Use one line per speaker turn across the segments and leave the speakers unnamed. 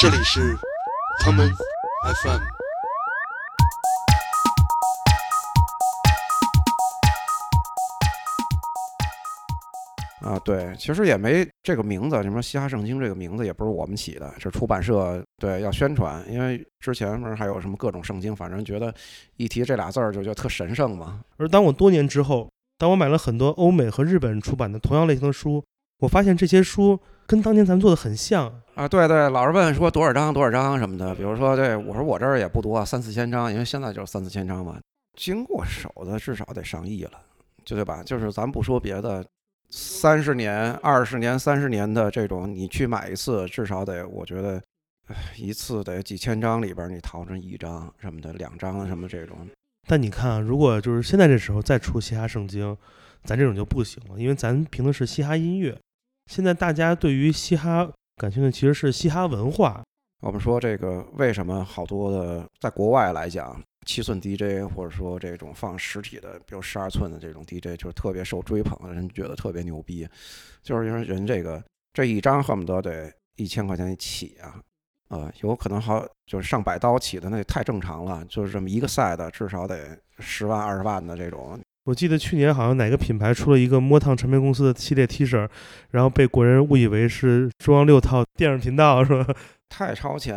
这里是他们 FM。
啊，对，其实也没这个名字，什么“嘻哈圣经”这个名字也不是我们起的，是出版社对要宣传，因为之前不是还有什么各种圣经，反正觉得一提这俩字儿就觉得特神圣嘛。
而当我多年之后，当我买了很多欧美和日本出版的同样类型的书，我发现这些书跟当年咱们做的很像。
啊，对对，老是问说多少张多少张什么的，比如说对我说我这儿也不多，三四千张，因为现在就是三四千张嘛，经过手的至少得上亿了，就对吧？就是咱不说别的，三十年、二十年、三十年的这种，你去买一次，至少得我觉得，唉一次得几千张里边儿你淘成一张什么的，两张什么这种，
但你看啊，如果就是现在这时候再出嘻哈圣经，咱这种就不行了，因为咱凭的是嘻哈音乐。现在大家对于嘻哈感兴趣其实是嘻哈文化，
我们说这个为什么好多的在国外来讲，七寸 DJ 或者说这种放实体的，比如十二寸的这种 DJ，就是特别受追捧，人觉得特别牛逼，就是因为人这个这一张恨不得得一千块钱起啊，啊、有可能好就是上百刀起的那也太正常了，就是这么一个赛的至少得十万二十万的这种，
我记得去年好像哪个品牌出了一个摸烫唱片公司的系列 T 恤，然后被国人误以为是中央六套电视频道，是吧？
太超前，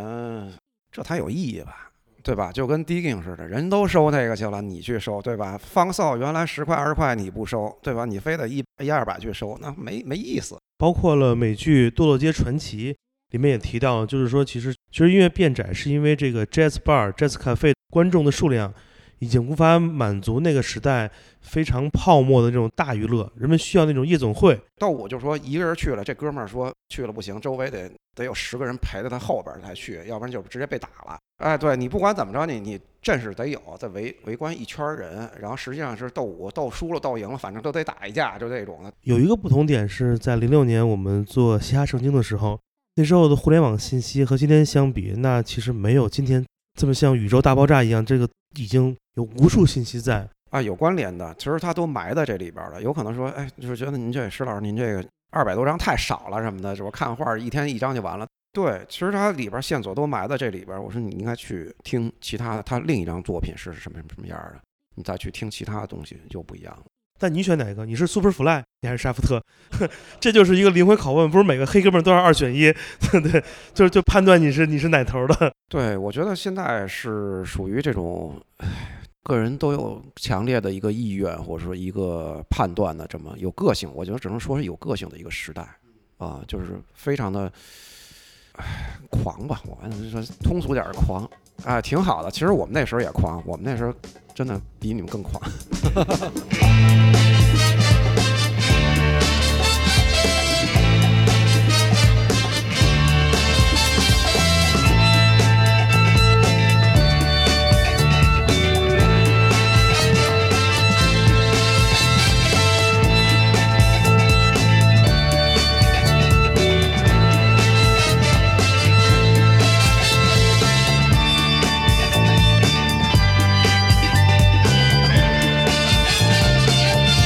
这才有意义吧？对吧？就跟 digging 似的，人都收那个去了，你去收，对吧？放哨原来十块二十块你不收，对吧？你非得一一二百去收，那没没意思。
包括了美剧《堕落街传奇》里面也提到，就是说其实其实音乐变窄是因为这个 jazz bar、jazz cafe 观众的数量已经无法满足那个时代非常泡沫的那种大娱乐，人们需要那种夜总会。
到我就说一个人去了，这哥们儿说去了不行，周围得得有十个人陪在他后边儿才去，要不然就直接被打了。哎，对你不管怎么着，你你阵势得有，再围围观一圈儿人，然后实际上是斗舞，斗输了斗赢了，反正都得打一架，就这种的。
有一个不同点是在零六年我们做嘻哈圣经的时候，那时候的互联网信息和今天相比，那其实没有今天这么像宇宙大爆炸一样，这个已经有无数信息在。
啊，有关联的，其实他都埋在这里边儿了。有可能说，哎，就是觉得您这石老师您这个二百多张太少了什么的，我看画儿一天一张就完了。对，其实它里边儿线索都埋在这里边儿。我说你应该去听其他的，他另一张作品是什么什么样儿的，你再去听其他的东西就不一样了。
但你选哪个？你是 Superfly，你还是沙福特？ 这就是一个灵魂拷问，不是每个黑哥们儿都是二选一， 对对，就是就判断你是你是哪头的。
对，我觉得现在是属于这种，唉个人都有强烈的一个意愿或者说一个判断的这么有个性，我觉得只能说是有个性的一个时代，啊，就是非常的，唉，狂吧，我就说通俗点儿狂，啊，挺好的。其实我们那时候也狂，我们那时候真的比你们更狂。
Thank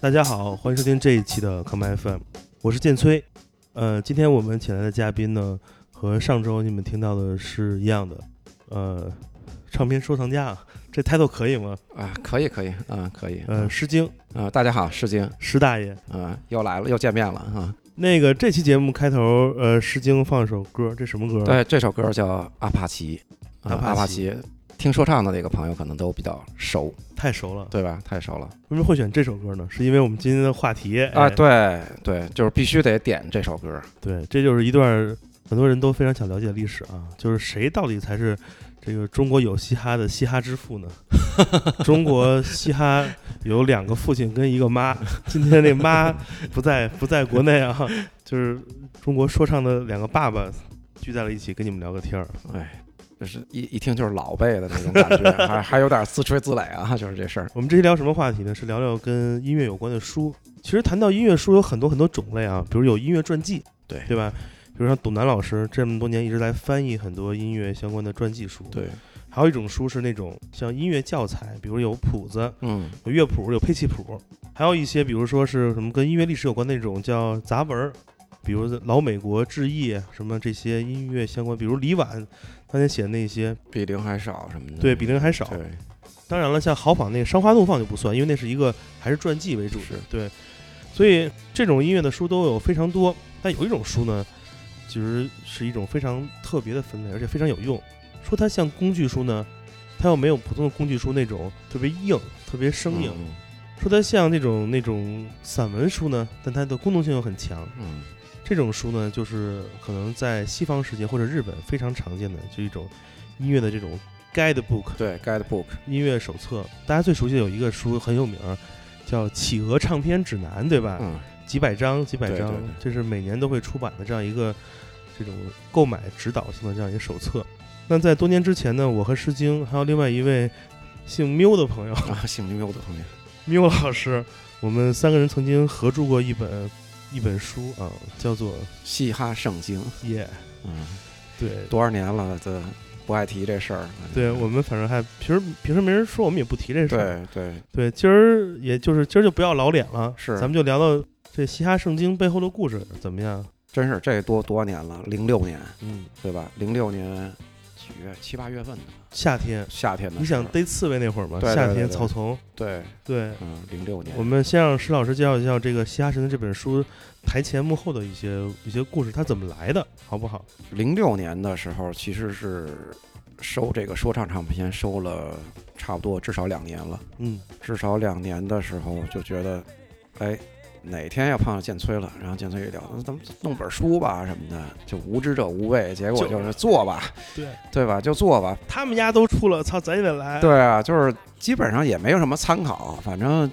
大家好，欢迎收听这一期的 Come FM，我是建崔。呃，今天我们请来的嘉宾呢，和上周你们听到的是一样的。呃，唱片收藏家， 这 title 可以吗？
啊，可以可以啊，可以。
呃，诗经，
啊，大家好，诗经
石大爷。
啊，又来了，又见面了啊。
那个这期节目开头，呃，诗经放一首歌，这什么歌？，啊
对，这首歌叫《阿帕奇》，啊
阿帕
嗯阿帕
奇
奇，听说唱的那个朋友可能都比较熟，
太熟了。
对吧？太熟了
为什么会选这首歌呢？是因为我们今天的话题
啊，
哎
对对，就是必须得点这首歌。
对，这就是一段很多人都非常想了解的历史啊，就是谁到底才是这个中国有嘻哈的嘻哈之父呢？ 中国嘻哈有两个父亲跟一个妈，今天那妈不在不在国内啊，就是中国说唱的两个爸爸聚在了一起，跟你们聊个天儿。
哎，就是一一听就是老辈的那种感 觉，还还有点自吹自擂啊，就是这事儿。
我们这期聊什么话题呢？是聊聊跟音乐有关的书。其实谈到音乐书有很多很多种类啊，比如有音乐传记，
对
对吧？比如像董楠老师这么多年一直在翻译很多音乐相关的传记书，
对，
还有一种书是那种像音乐教材，比如有谱子、
嗯，
有乐谱、有配器谱，还有一些比如说是什么跟音乐历史有关的那种叫杂文儿，比如老美国志异啊什么这些音乐相关，比如李婉当年写的那些，
比零还少什么的。
对比零还少。
对，
当然了，像豪放那个《伤花怒放》就不算，因为那是一个还是传记为主的，对。所以这种音乐的书都有非常多，但有一种书呢，其实是一种非常特别的分类，而且非常有用。说它像工具书呢，它又没有普通的工具书那种特别硬、特别生硬；
嗯
说它像那种那种散文书呢，但它的功能性又很强。
嗯，
这种书呢，就是可能在西方世界或者日本非常常见的，就一种音乐的这种 guidebook，
对，Guide Book，
音乐手册，大家最熟悉的有一个书很有名儿，叫《企鹅唱片指南》，对吧？
嗯，
几百张，几百
对
张，
对对
这是每年都会出版的这样一个这种购买指导性的这样一个手册。那在多年之前呢，我和诗经还有另外一位姓缪的朋友
啊，姓牛的朋友，
缪老师，我们三个人曾经合著过一本一本书啊，叫做
嘻哈圣经，
《耶
嗯，》。
对
多少年了，这不爱提这事儿。
对，我们反正还平时平时没人说，我们也不提这事儿。
对对，
对，今儿也就是今儿就不要老脸了，
是
咱们就聊到这嘻哈圣经背后的故事怎么样？
真是这多多少年了，零六年
嗯，
对吧？零六年几月？七八月份的
夏天，
夏天的时候。
你想逮刺猬那会儿嘛，
对对
夏
对
天
对
草丛，
对，
对。
嗯，零六年
我。们先让石老师介绍一下这个《嘻哈神》这本书台前幕后的一些一些故事，它怎么来的，好不好？
零六年的时候，其实是收这个说唱唱片收了差不多至少两年了，
嗯，
至少两年的时候就觉得，哎，哪天要碰上建崔了，然后建崔一聊，那咱们弄本书吧什么的，就无知者无畏，结果
就
就是做吧，
对，
对吧？就做吧，
他们家都出了，操，咱也得来。，
对啊，就是基本上也没有什么参考，反正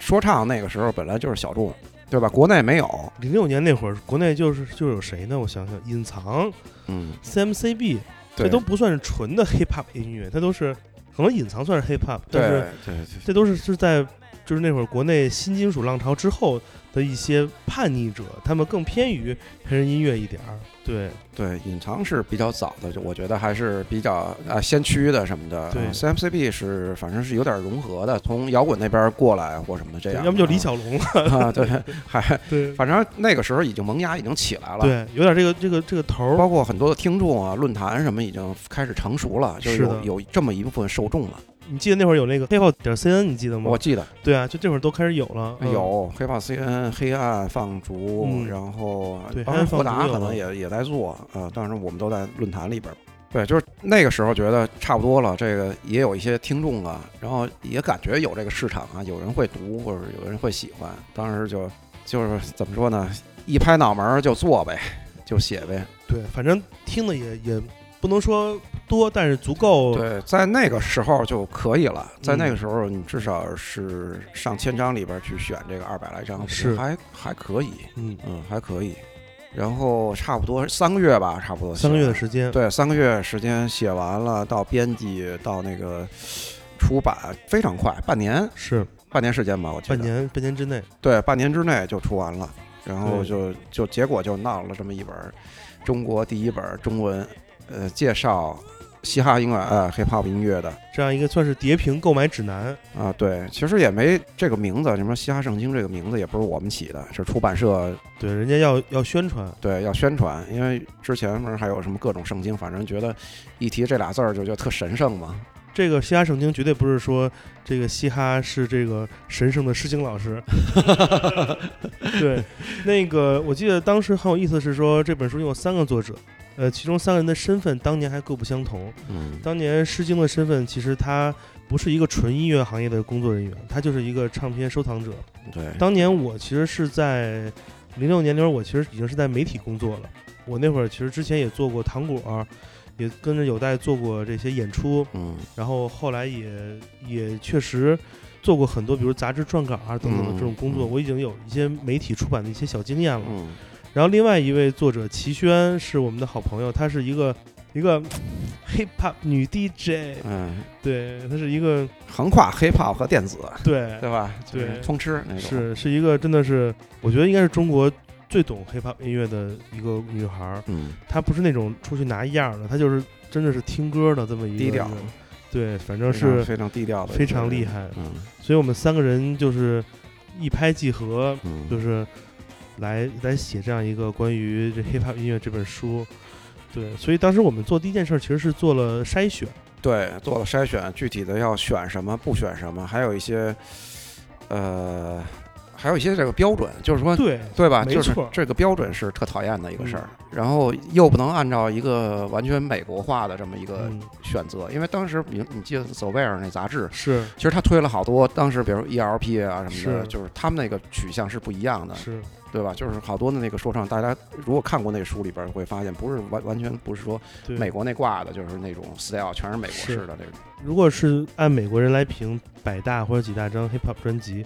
说唱那个时候本来就是小众，对吧？国内没有，
零六年那会儿，国内就是就有谁呢？我想想，隐藏、
嗯，
CMCB，这
对，
都不算是纯的 hip hop 音乐，它都是可能隐藏算是 hip hop，
对
但是
对对
这都是是在就是那会儿国内新金属浪潮之后的一些叛逆者，他们更偏于黑人音乐一点儿。对，
对，隐藏是比较早的，就我觉得还是比较啊先驱的什么的。嗯
对
，CMCB 是反正是有点融合的，从摇滚那边过来或什么的这样。
要么就李小龙了。
啊，对，还
对
反正那个时候已经萌芽已经起来了。。
对，有点这个这个这个头儿。
包括很多的听众啊，论坛什么已经开始成熟了，就是有
的
有这么一部分受众了。
你记得那会儿有那个 hiphop 点 cn，你记得吗
我？记得
对啊，就这会儿都开始有了。嗯，
有黑怕 CN、黑暗放逐，
嗯
然后
对
当
黑暗
然博
放逐
达
有
可能也也在做啊、呃，但是我们都在论坛里边儿。对，就是那个时候觉得差不多了，这个也有一些听众啊，然后也感觉有这个市场啊，有人会读或者有人会喜欢，当时就就是怎么说呢，一拍脑门儿就做呗，就写呗。
对，反正听的也也不能说多，但是足够。
对，在那个时候就可以了，在那
哦嗯
个时候你至少是上千张里边儿去选这个二百来张，
是
还还可以。
嗯，
嗯，还可以。然后差不多三个月吧，差不多
三个月的
时
时间。
对，三个月时间写完了，到编辑到那个出版非常快，半年
是
半年时间吧，我记得
半年半年之内，
对，半年之内就出完了，然后
对
就就结果就闹了这么一本儿中国第一本儿中文呃介绍嘻哈音乐、哎 hip hop 音乐的
这样一个算是叠屏购买指南。
啊，对，其实也没这个名字，什么嘻哈圣经这个名字也不是我们起的，是出版社
对，人家要要宣传，
对要宣传，因为之前不是还有什么各种圣经，反正觉得一提这俩字儿就觉得特神圣嘛，
这个嘻哈圣经绝对不是说这个嘻哈是这个神圣的诗经老师。对，那个我记得当时很有意思是说这本书有三个作者，呃，其中三个人的身份当年还各不相同。
嗯，
当年诗经的身份其实他不是一个纯音乐行业的工作人员，他就是一个唱片收藏者。
对，
当年我其实是在零六年那会儿，我其实已经是在媒体工作了。我那会儿其实之前也做过糖果，也跟着有代做过这些演出，
嗯
然后后来也也确实做过很多，比如杂志撰稿啊等等的
嗯
这种工作，
嗯
我已经有一些媒体出版的一些小经验了。
嗯，
然后另外一位作者齐轩是我们的好朋友，她是一个一个 hip hop 女 DJ，
嗯，
对，她是一个
横跨 hip hop 和电子，
对
对吧？就是
对
通吃那种，
是是一个真的是，我觉得应该是中国最懂 hip hop 音乐的一个女孩儿。
嗯，
她不是那种出去拿样儿的，她就是真的是听歌的这么一个
低调
人对，反
非
正
常
是
非常低调的，
非常厉，害。
嗯
所以我们三个人就是一拍即合，
嗯，
就是来来写这样一个关于这 hip hop 音乐这本书。对，所以当时我们做第一件事儿其实是做了筛选，
对，做了筛选，具体的要选什么，不选什么，还有一些，呃，还有一些这个标准，就是说，
对，
对吧？
没
就是
错嗯
这个标准是特讨厌的一个事儿，然后又不能按照一个完全美国化的这么一个
嗯，
选择，因为当时你你记得走贝尔那杂志。
是
其实他推了好多，当时比如 ELP 啊什么的，
是
就是他们那个取向是不一样的，
是，
对吧？就是好多的那个说唱，大家如果看过那个书里边儿会发现，不是完完全不是说
对，
美国那挂的，就是那种 style 全是美国
是
式的这种。
如果是按美国人来评百大或者几大张 hip hop 专辑，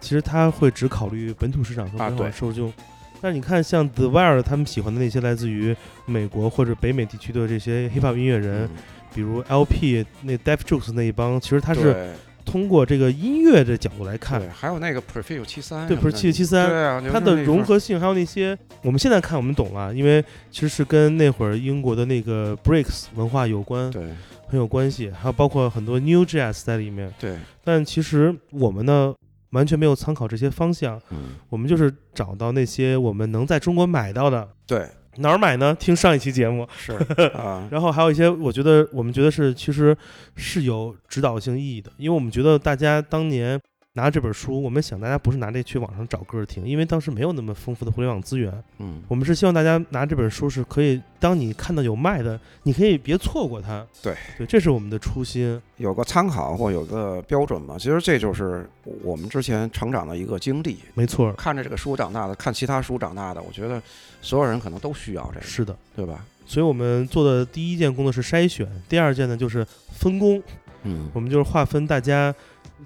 其实他会只考虑本土市场和
啊
本土
对
受众。但是你看，像 The Wire 他们喜欢的那些来自于美国或者北美地区的这些 hip hop 音乐人，
嗯
比如 LP 那 Def Jux 那一帮，其实他是
对
通过这个音乐的角度来看
对，，还有那个 Prefix 七三，
对，不是七七三，
对啊，就是
它的
那
融
份儿，
合性还有那些，我们现在看我们懂了，因为其实是跟那会儿英国的那个 Breaks 文化有关，
对
很有关系，还有包括很多 New Jazz 在里面。
对，
但其实我们呢，完全没有参考这些方向，
嗯，
我们就是找到那些我们能在中国买到的，
对
哪儿买呢？听上一期节目，
是啊，
然后还有一些，我觉得我们觉得是其实是有指导性意义的，因为我们觉得大家当年拿这本书，我们想大家不是拿这去网上找歌儿听，因为当时没有那么丰富的互联网资源，
嗯，
我们是希望大家拿这本书是可以，当你看到有卖的，你可以别错过它。
对
对，这是我们的初心。
有个参考或有个标准嘛。其实这就是我们之前成长的一个经历。
没错儿，
看着这个书长大的，看其他书长大的，我觉得所有人可能都需要这个，
是的。
对吧？
所以我们做的第一件工作是筛选，第二件呢就是分工，
嗯
我们就是划分大家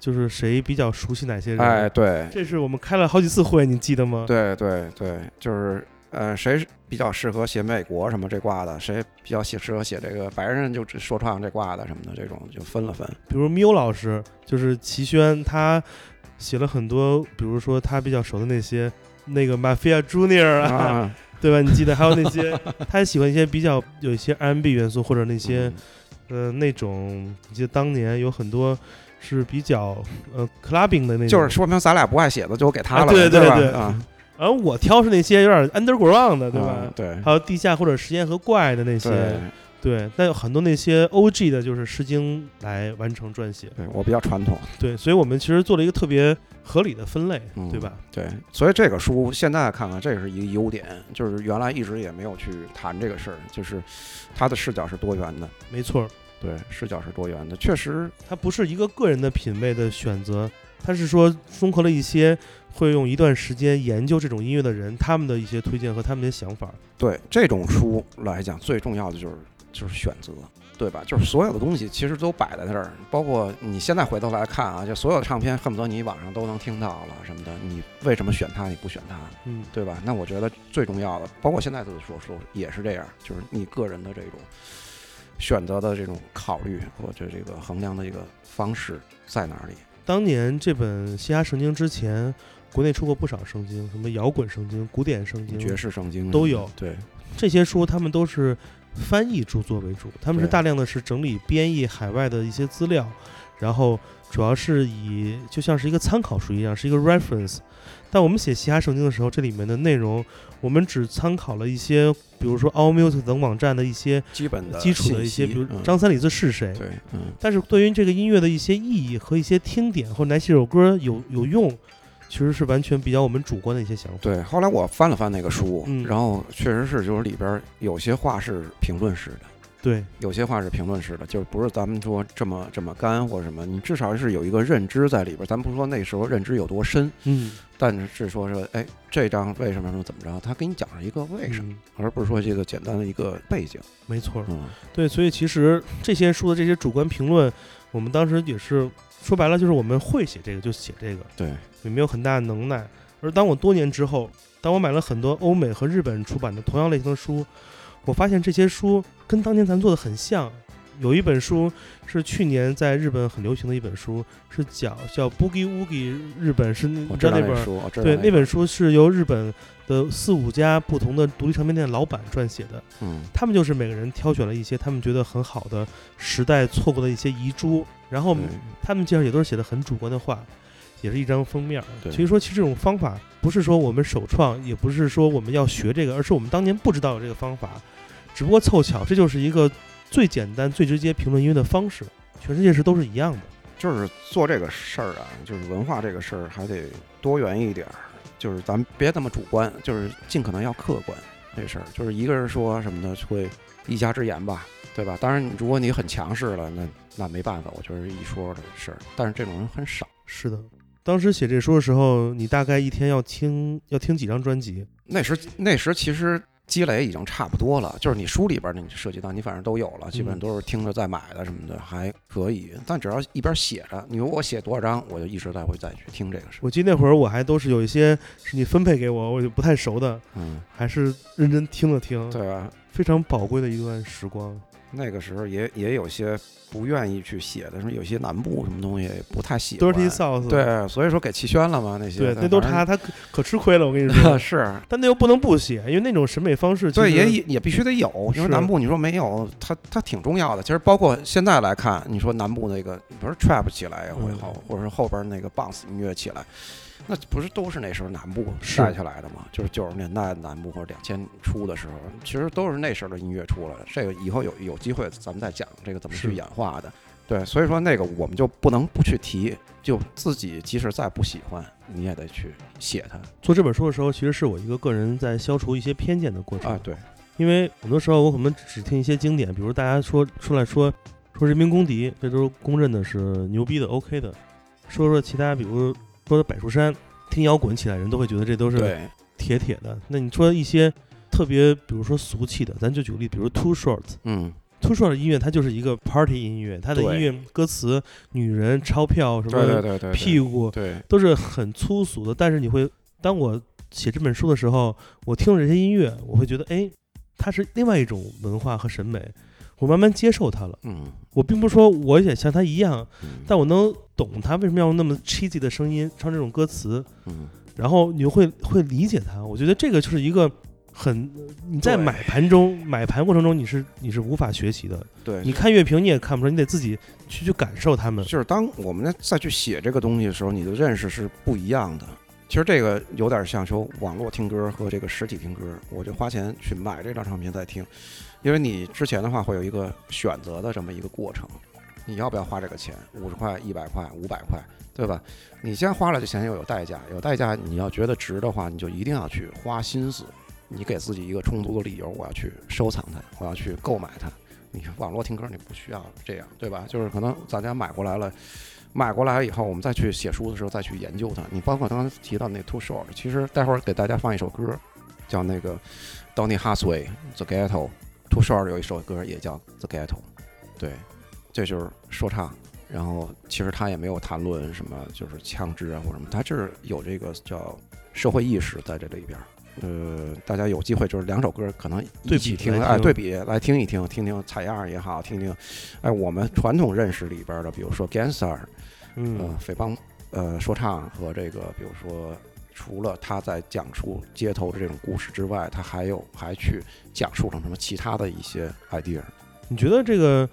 就是谁比较熟悉哪些人。
哎，对，
这是我们开了好几次会，你记得吗？
对对对，就是呃，谁是比较适合写美国什么这挂的，谁比较写适合写这个白人就只说唱这挂的什么的，这种就分了分。
比如 Miu 老师，就是齐轩，他写了很多，比如说他比较熟的那些，那个 Mafia Junior 啊，
啊，
对吧？你记得还有那些，他喜欢一些比较有一些 R&B 元素，或者那些、
嗯
呃那种，你记得当年有很多是比较呃 clubbing 的那种，
嗯就是说明咱俩不爱写的就给他
啊
了呗，
对对
吧
对
啊，
而我挑是那些有点 underground 的，对吧？
嗯对
还有地下或者实验和怪的那些，
对
对，但有很多那些 OG 的，就是诗经来完成撰写，
对，我比较传统，
对，所以我们其实做了一个特别合理的分类，
嗯
对吧？
对，所以这个书现在看看，这是一个优点，就是原来一直也没有去谈这个事儿，就是他的视角是多元的，
没错儿，
对，视角是多元的，确实，
它不是一个个人的品味的选择，它是说综合了一些会用一段时间研究这种音乐的人他们的一些推荐和他们的想法。
对这种书来讲，最重要的就是就是选择，对吧？就是所有的东西其实都摆在那儿，包括你现在回头来看啊，就所有的唱片恨不得你网上都能听到了什么的，你为什么选它？你不选它，
嗯，
对吧？那我觉得最重要的，包括现在的所说也是这样，就是你个人的这种选择的这种考虑或者这个衡量的一个方式在哪里？
当年这本《嘻哈圣经》之前，国内出过不少圣经，什么摇滚圣经、古典圣经、
爵士圣经
都有
对，
这些书，他们都是翻译著作为主，他们是
对
大量的是整理编译海外的一些资料，然后主要是以就像是一个参考书一样，是一个 reference。但我们写嘻哈圣经的时候，这里面的内容我们只参考了一些，比如说 All Music 等网站的一些
基本的
基础的
信
一些，
息
比如
嗯
张三李四是谁，
对，嗯，
但是对于这个音乐的一些意义和一些听点，或者哪几首歌有有用，其实是完全比较我们主观的一些想法。
对。后来我翻了翻那个书，
嗯
然后确实是就是里边儿有些话是评论式的。
对
有些话是评论式的，就是不是咱们说这么这么干或者什么，你至少是有一个认知在里边儿。咱不说那时候认知有多深，
嗯，
但是说是哎，这张为什么怎么着，他给你讲了一个为什么，
嗯
而不是说这个简单的一个背景。
没错儿。
嗯，
对，所以其实这些书的这些主观评论，我们当时也是说白了，就是我们会写这个就写这个，
对，
也没有很大的能耐。而当我多年之后，当我买了很多欧美和日本出版的同样类型的书，我发现这些书跟当年咱们做的很像。有一本书是去年在日本很流行的一本书，是讲叫《Boogie Woogie》，日本是那
我
你
嗯知
知道
道
那
那
本
书，我知道
对那
那
本书是由日本的四五家不同的独立唱片店老板撰写的，
嗯，
他们就是每个人挑选了一些他们觉得很好的时代错过的一些遗珠，然后
对
他们介绍也都是写的很主观的话，也是一张封面儿。
对
其实说，其实这种方法不是说我们首创，也不是说我们要学这个，而是我们当年不知道有这个方法，只不过凑巧，这就是一个最简单、最直接评论音乐的方式。全世界是都是一样的。
就是做这个事儿啊，就是文化这个事儿还得多元一点儿，就是咱们别那么主观，就是尽可能要客观这事儿，就是一个人说什么的会一家之言吧，对吧？当然，如果你很强势了，那那没办法，我觉得是一说的事儿，但是这种人很少。
是的，当时写这书的时候，你大概一天要听要听几张专辑？
那时那时其实积累已经差不多了，就是你书里边儿你涉及到你反正都有了，基本
嗯
上都是听着再买的什么的，还可以。但只要一边写着，你说我写多少张，我就一直在会再去听这个事儿。
我记得那会儿我还都是有一些是你分配给我，我就不太熟的，
嗯，
还是认真听了听，
对吧？
非常宝贵的一段时光。
那个时候也也有些不愿意去写的，什么有些南部什么东西也不太喜欢。
Dirty South，
对，所以说给气宣了嘛那些。
对，那都是 他，
反
他可可吃亏了。我跟你
正
说，
是。
但那又不能不写，因为那种审美方式其
对，
实
也也必须得有，因为
是
南部你说没有，它它挺重要的。其实包括现在来看，你说南部那个不是 trap 起来也会
嗯
好，或者是后边那个 bounce 音乐起来，那不是都是那时候南部
是
带起来的吗？就是九十年代南部或者两千初的时候，其实都是那时候的音乐出来的。这个以后有有机会咱们再讲这个怎么去
是
演化的。对，所以说那个我们就不能不去提，就自己即使再不喜欢，你也得去写它
做这本书的时候，其实是我一个个人在消除一些偏见的过程
啊。。对，
因为很多时候我可能只听一些经典，比如大家说出来说说人民公敌，这都是公认的是牛逼的 OK 的。说说其他，比如说柏树山，听摇滚起来人都会觉得这都是
对，
铁铁的。那你说一些特别，比如说俗气的，咱就举个例，比如 Too Short。
嗯，
Too Short 的音乐，它就是一个 party 音乐，它的
对
音乐歌词、女人、钞票什
对对
么
对对，
屁股
对。
都是很粗俗的。但是你会，当我写这本书的时候，我听了这些音乐，我会觉得，哎，它是另外一种文化和审美。我慢慢接受它了。
嗯，
我并不是说我也像它一样，
嗯
但我能懂它为什么要用那么 cheesy 的声音唱这种歌词，
嗯，
然后你会会理解它。我觉得这个就是一个很呃你在
对
买盘中买盘过程中，你是你是无法学习的。
对，
你看乐评你也看不出来，你得自己去去感受他们。
就是当我们再去写这个东西的时候，你的认识是不一样的。其实这个有点像说网络听歌和这个实体听歌，我就花钱去买这张唱片再听，因为你之前的话会有一个选择的这么一个过程，你要不要花这个钱，五十块、一百块、五百块，对吧？你先花了这钱又有代价，有代价你要觉得值的话，你就一定要去花心思，你给自己一个充足的理由，我要去收藏它，我要去购买它。你网络听歌你不需要这样，对吧？就是可能大家买过来了，买过来以后，我们再去写书的时候再去研究它。你包括刚才提到那 Too Short，其实待会儿给大家放一首歌，叫那个 Donny Hathaway The Ghetto。Too Short 有一首歌也叫 The Ghetto，对，这就是说唱。然后其实他也没有谈论什么就是枪支啊或者什么，他就是有这个叫社会意识在这里边儿。呃，大家有机会就是两首歌可能一起
对比
听，
来
哎，
听
对比来听一听，听听采样也好，听听，哎，我们传统认识里边的，比如说 Gangster，
嗯
呃，，匪帮呃说唱和这个，比如说除了他在讲述街头的这种故事之外，他还有还去讲述了什么其他的一些 idea。
你觉得这个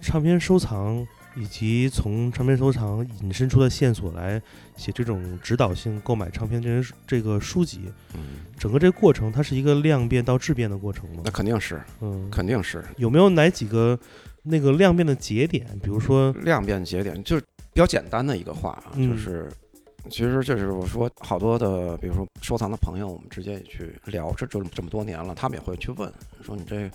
唱片收藏以及从唱片收藏引申出的线索来写这种指导性购买唱片这人这个书籍，
嗯，
整个这个过程它是一个量变到质变的过程吗
那？肯定是，
嗯，
肯定是
有没有哪几个那个量变的节点？比如说，
量变节点，就是比较简单的一个话啊，
嗯
就是。其实就是我说，好多的，比如说收藏的朋友，我们之间也去聊，这这这么多年了，他们也会去问，说你这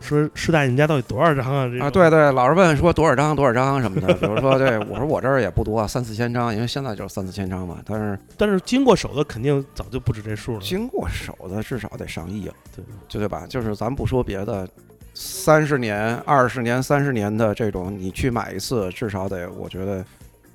说师大你们家到底多少张啊？这
啊，
种
对对，老是问说多少张多少张什么的，比如说对我说我这儿也不多，三四千张，因为现在就是三四千张嘛，但是
但是经过手的肯定早就不止这数了。
经过手的至少得上亿了，
对
就对吧？就是咱不说别的，三十年、二十年、三十年的这种，你去买一次，至少得我觉得。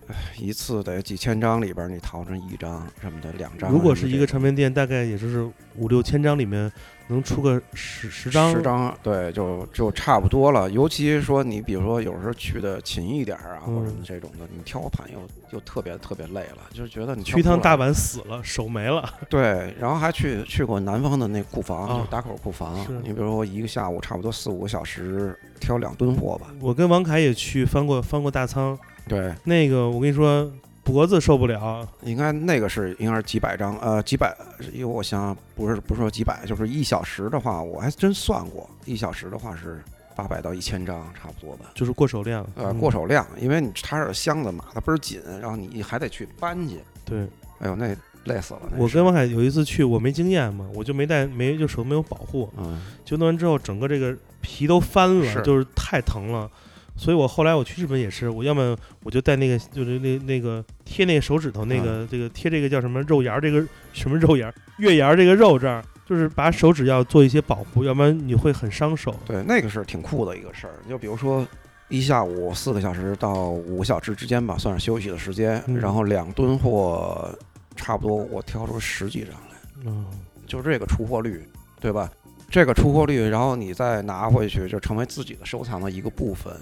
唉一次得几千张里边，你淘上一张什么的，两张。
如果是一个唱片店，大概也就是五六千张里面能出个十十张，
十张，对，就就差不多了。尤其说你比如说有时候去的勤一点儿啊，
嗯
或者什么这种的，你挑盘又又特别特别累了，就是觉得你挑
去一趟
不出来
大阪死了，手没了。
对，然后还去去过南方的那库房，
啊
就是打口库房
是。
你比如说一个下午差不多四五个小时，挑两吨货吧。
我跟王凯也去翻过翻过大仓，
对，
那个我跟你说，脖子受不了，
应该那个是应该是几百张，呃，几百，因为我想想不是不是说几百，就是一小时的话，我还真算过，一小时的话是八百到一千张差不多吧。
就是过手量。
呃，
嗯
过手量，因为你它是箱子码的倍儿紧，然后你还得去搬去，
对，
哎呦，那累死了。那
我
是
跟王凯有一次去，我没经验嘛，我就没带没就手没有保护，
嗯，
就弄完之后整个这个皮都翻了，
是
就是太疼了。所以我后来我去日本也是，我要么我就带那个就是那那个贴那个手指头那
嗯
个、这个贴这个叫什么肉芽儿这个什么肉芽儿月牙儿这个肉这儿，就是把手指要做一些保护，要不然你会很伤手。
对，那个是挺酷的一个事儿。就比如说，一下午四个小时到五个小时之间吧，算是休息的时间。
嗯
然后两吨货，差不多我挑出十几张来，
嗯，
就这个出货率，对吧？这个出货率，然后你再拿回去，就成为自己的收藏的一个部分。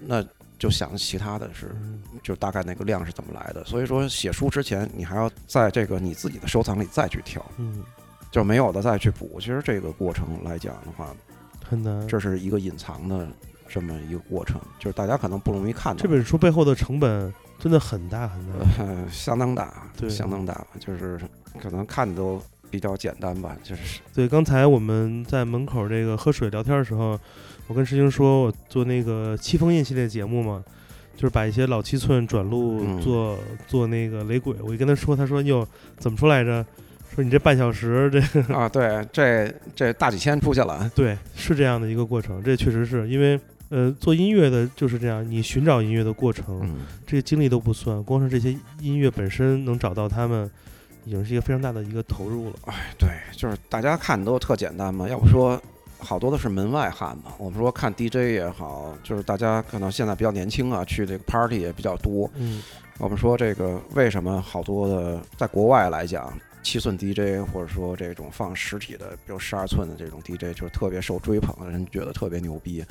那就想其他的是，
嗯
就大概那个量是怎么来的。所以说，写书之前，你还要在这个你自己的收藏里再去挑，
嗯，
就没有的再去补。其实这个过程来讲的话，
很难。
这是一个隐藏的这么一个过程，就是大家可能不容易看到。
这本书背后的成本真的很大很大。
呃相当大，
对
相当大，就是可能看的都比较简单吧，就是
对，刚才我们在门口这个喝水聊天的时候，我跟师兄说，我做那个七封印系列节目嘛，就是把一些老七寸转录
嗯
做、做那个雷鬼。我一跟他说，他说哟，怎么说来着？说你这半小时，这 个
啊，对，这这大几千出去了，啊
对是这样的一个过程，这确实是因为。呃，做音乐的就是这样，你寻找音乐的过程，
嗯，
这些经历都不算，光是这些音乐本身能找到他们，已经是一个非常大的一个投入了。
哎对，就是大家看都特简单嘛，要不说。好多都是门外汉嘛，我们说看 DJ 也好，就是大家可能现在比较年轻啊，去这个 party 也比较多，
嗯，
我们说这个为什么好多的在国外来讲，七寸 DJ 或者说这种放实体的，比如十二寸的这种 DJ，就是特别受追捧，人觉得特别牛逼，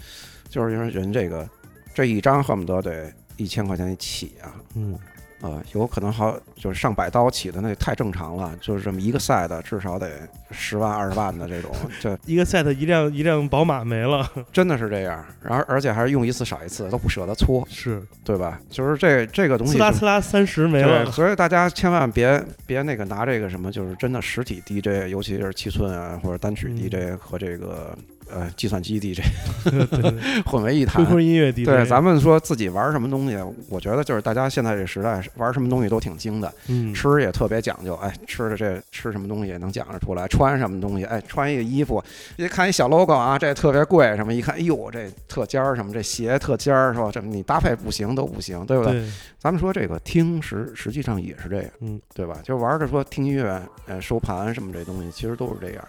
就是因为人这个这一张恨不得得一千块钱起啊，
嗯，
呃，有可能好就是上百刀起的那太正常了，就是这么一个赛的至少得十万二十万的这种，这
一个 set 一辆一辆宝马没了，
真的是这样，然后而且还是用一次少一次，都不舍得搓，
是
对吧？就是这这个东西
刺
就
啦
是
刺啦三十没
对
了。
所以大家千万别别那个拿这个什么，就是真的实体 DJ，尤其是七寸啊或者单曲
嗯
DJ 和这个、呃计算机 DJ
对，
混为一谈
灰。灰音乐 DJ，
对，咱们说自己玩什么东西，我觉得就是大家现在这时代玩什么东西都挺精的，
嗯，
吃也特别讲究，哎，吃的这吃什么东西也能讲得出来，穿什么东西，哎，穿一个衣服，一看一小 logo 啊，这特别贵，什么一看，哎呦，这特尖儿什么，这鞋特尖儿是吧？这你搭配不行都不行，对不对？
对，
咱们说这个听实实际上也是这样，
嗯，
对吧？就玩着说听音乐，呃，收盘什么这东西，其实都是这样。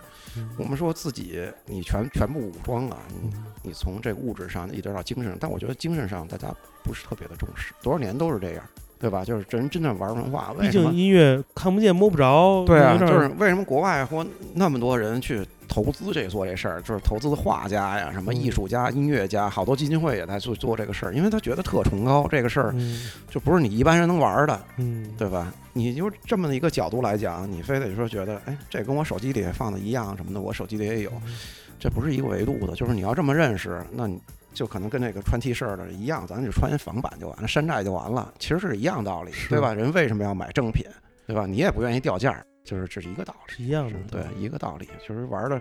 我们说自己你全全部武装啊，你
嗯
你从这个物质上一直到精神上，但我觉得精神上大家不是特别的重视，多少年都是这样。对吧？就是真真正玩文化，为什
毕竟
么
音乐看不见摸不着，
对啊，
有
就
点
是为什么国外或那么多人去投资这做这事儿，就是投资画家呀、什么
嗯
艺术家、音乐家，好多基金会也在做做这个事儿，因为他觉得特崇高，这个事儿
嗯
就不是你一般人能玩儿的，
嗯，
对吧？你就这么一个角度来讲，你非得说觉得，哎，这跟我手机里放的一样什么的，我手机里也有，
嗯
这不是一个维度的。就是你要这么认识，那你就可能跟那个穿 T 恤的一样，咱就穿仿版就完了，山寨就完了，其实是一样道理，
是
对吧？人为什么要买正品，对吧？你也不愿意掉价儿，就是这是一个道理。
是一样的
是，对，一个道理，就是玩的，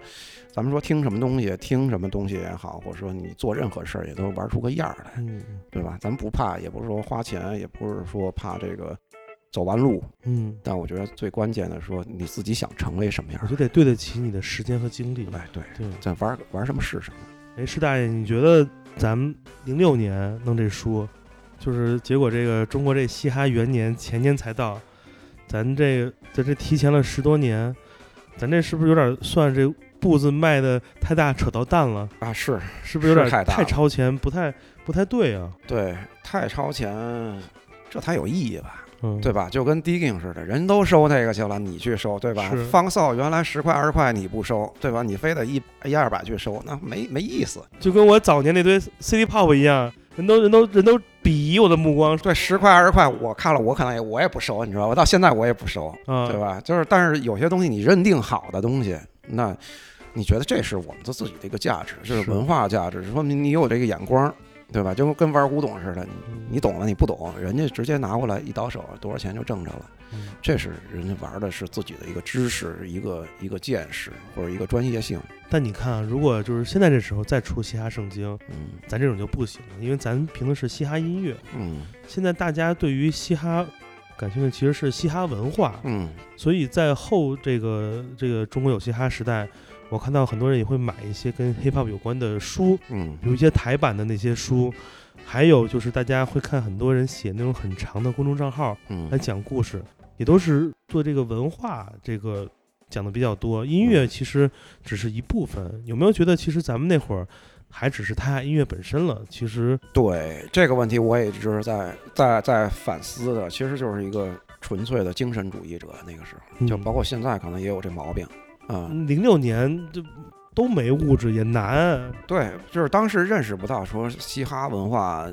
咱们说听什么东西，听什么东西也好，或者说你做任何事儿，也都玩出个样儿来，
嗯
对吧？咱不怕，也不是说花钱，也不是说怕这个走弯路，
嗯，
但我觉得最关键的说，你自己想成为什么样
我
儿
觉？得得对得起你的时间和精力。
哎，对，
对，
咱玩儿玩儿什么是什么。
哎，师大爷，你觉得咱们零六年弄这书，就是结果这个中国这嘻哈元年前年才到，咱这咱这提前了十多年，咱这是不是有点算这步子迈的太大，扯到蛋了？
啊，是
是不是有点
是太大了
超前，不太不太对啊？
对，太超前，这才有意义吧？
嗯，
对，吧？就跟 digging 似的，人都收那个去了，你去收，对吧
是？
放哨原来十块二十块你不收，对吧？你非得一一二百去收，那没没意思。
就跟我早年那堆 City Pop 一样，人都人都人都鄙夷我的目光，
对，十块二十块，我看了我可能也我也不收，你知道吧？我到现在我也不收，
啊，
对？吧？就是，但是有些东西你认定好的东西，那你觉得这是我们的自己的一个价值，就是
是
文化价值，说明你有这个眼光，对吧？就跟玩古董似的，你
嗯
你懂了，你不懂，人家直接拿过来一倒手，多少钱就挣着了。
嗯
这是人家玩的是自己的一个知识、一个一个见识或者一个专业性。
但你看啊，如果就是现在这时候再出嘻哈圣经，
嗯
咱这种就不行了，因为咱凭的是嘻哈音乐。
嗯
现在大家对于嘻哈感兴趣其实是嘻哈文化，
嗯，
所以在后这个这个中国有嘻哈时代，我看到很多人也会买一些跟 hip hop 有关的书，
嗯
有一些台版的那些书，还有就是大家会看很多人写那种很长的公众账号来
嗯，
讲故事，也都是做这个文化这个讲的比较多，音
嗯
乐其实只是一部分。有没有觉得其实咱们那会儿还只是太爱音乐本身了？其实，
对这个问题，我也一直在在在反思的，其实就是一个纯粹的精神主义者。那个时候，
嗯
就包括现在，可能也有这毛病啊、
零六年就都没物质也难，
对，就是当时认识不到说嘻哈文化。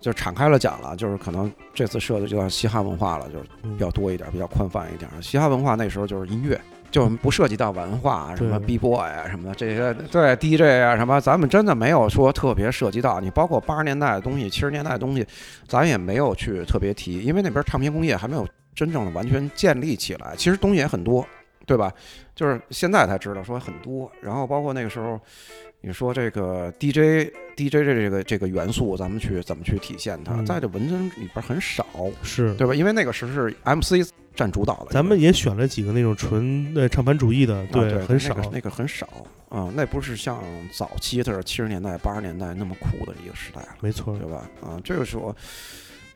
就敞开了讲了，就是可能这次涉及就到嘻哈文化了，就是
嗯
比较多一点，比较宽泛一点。嘻哈文化那时候就是音乐，就不涉及到文化，什么
对
B boy 啊什么的这些，对 DJ 啊什么，咱们真的没有说特别涉及到。你包括八十年代的东西、七十年代的东西，咱也没有去特别提，因为那边唱片工业还没有真正的完全建立起来。其实东西也很多，对吧？就是现在才知道说很多，然后包括那个时候。你说这个 DJ DJ 这这个这个元素，咱们去怎么去体现它？
嗯
在这文章里边很少，
是
对吧？因为那个时是 MC 占主导的一个，
咱们也选了几个那种纯呃唱盘主义的，
啊
对，
对
很少。
那个、那个很少啊、那不是像早期的七十年代、八十年代那么酷的一个时代了，
没错，
对吧？啊、这个时候，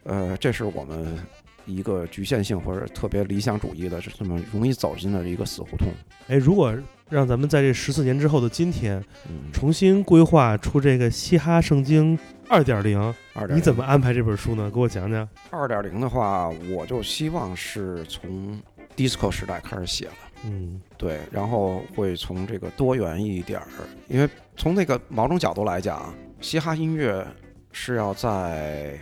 呃，这是我们一个局限性或者特别理想主义的，是这么容易走进的一个死胡同。
哎，如果让咱们在这十四年之后的今天
嗯，
重新规划出这个嘻哈圣经二点零，
二点
你怎么安排这本书呢？给我讲讲。
二点零的话，我就希望是从 disco 时代开始写了。
嗯
对，然后会从这个多元一点儿，因为从那个某种角度来讲，啊嘻哈音乐是要在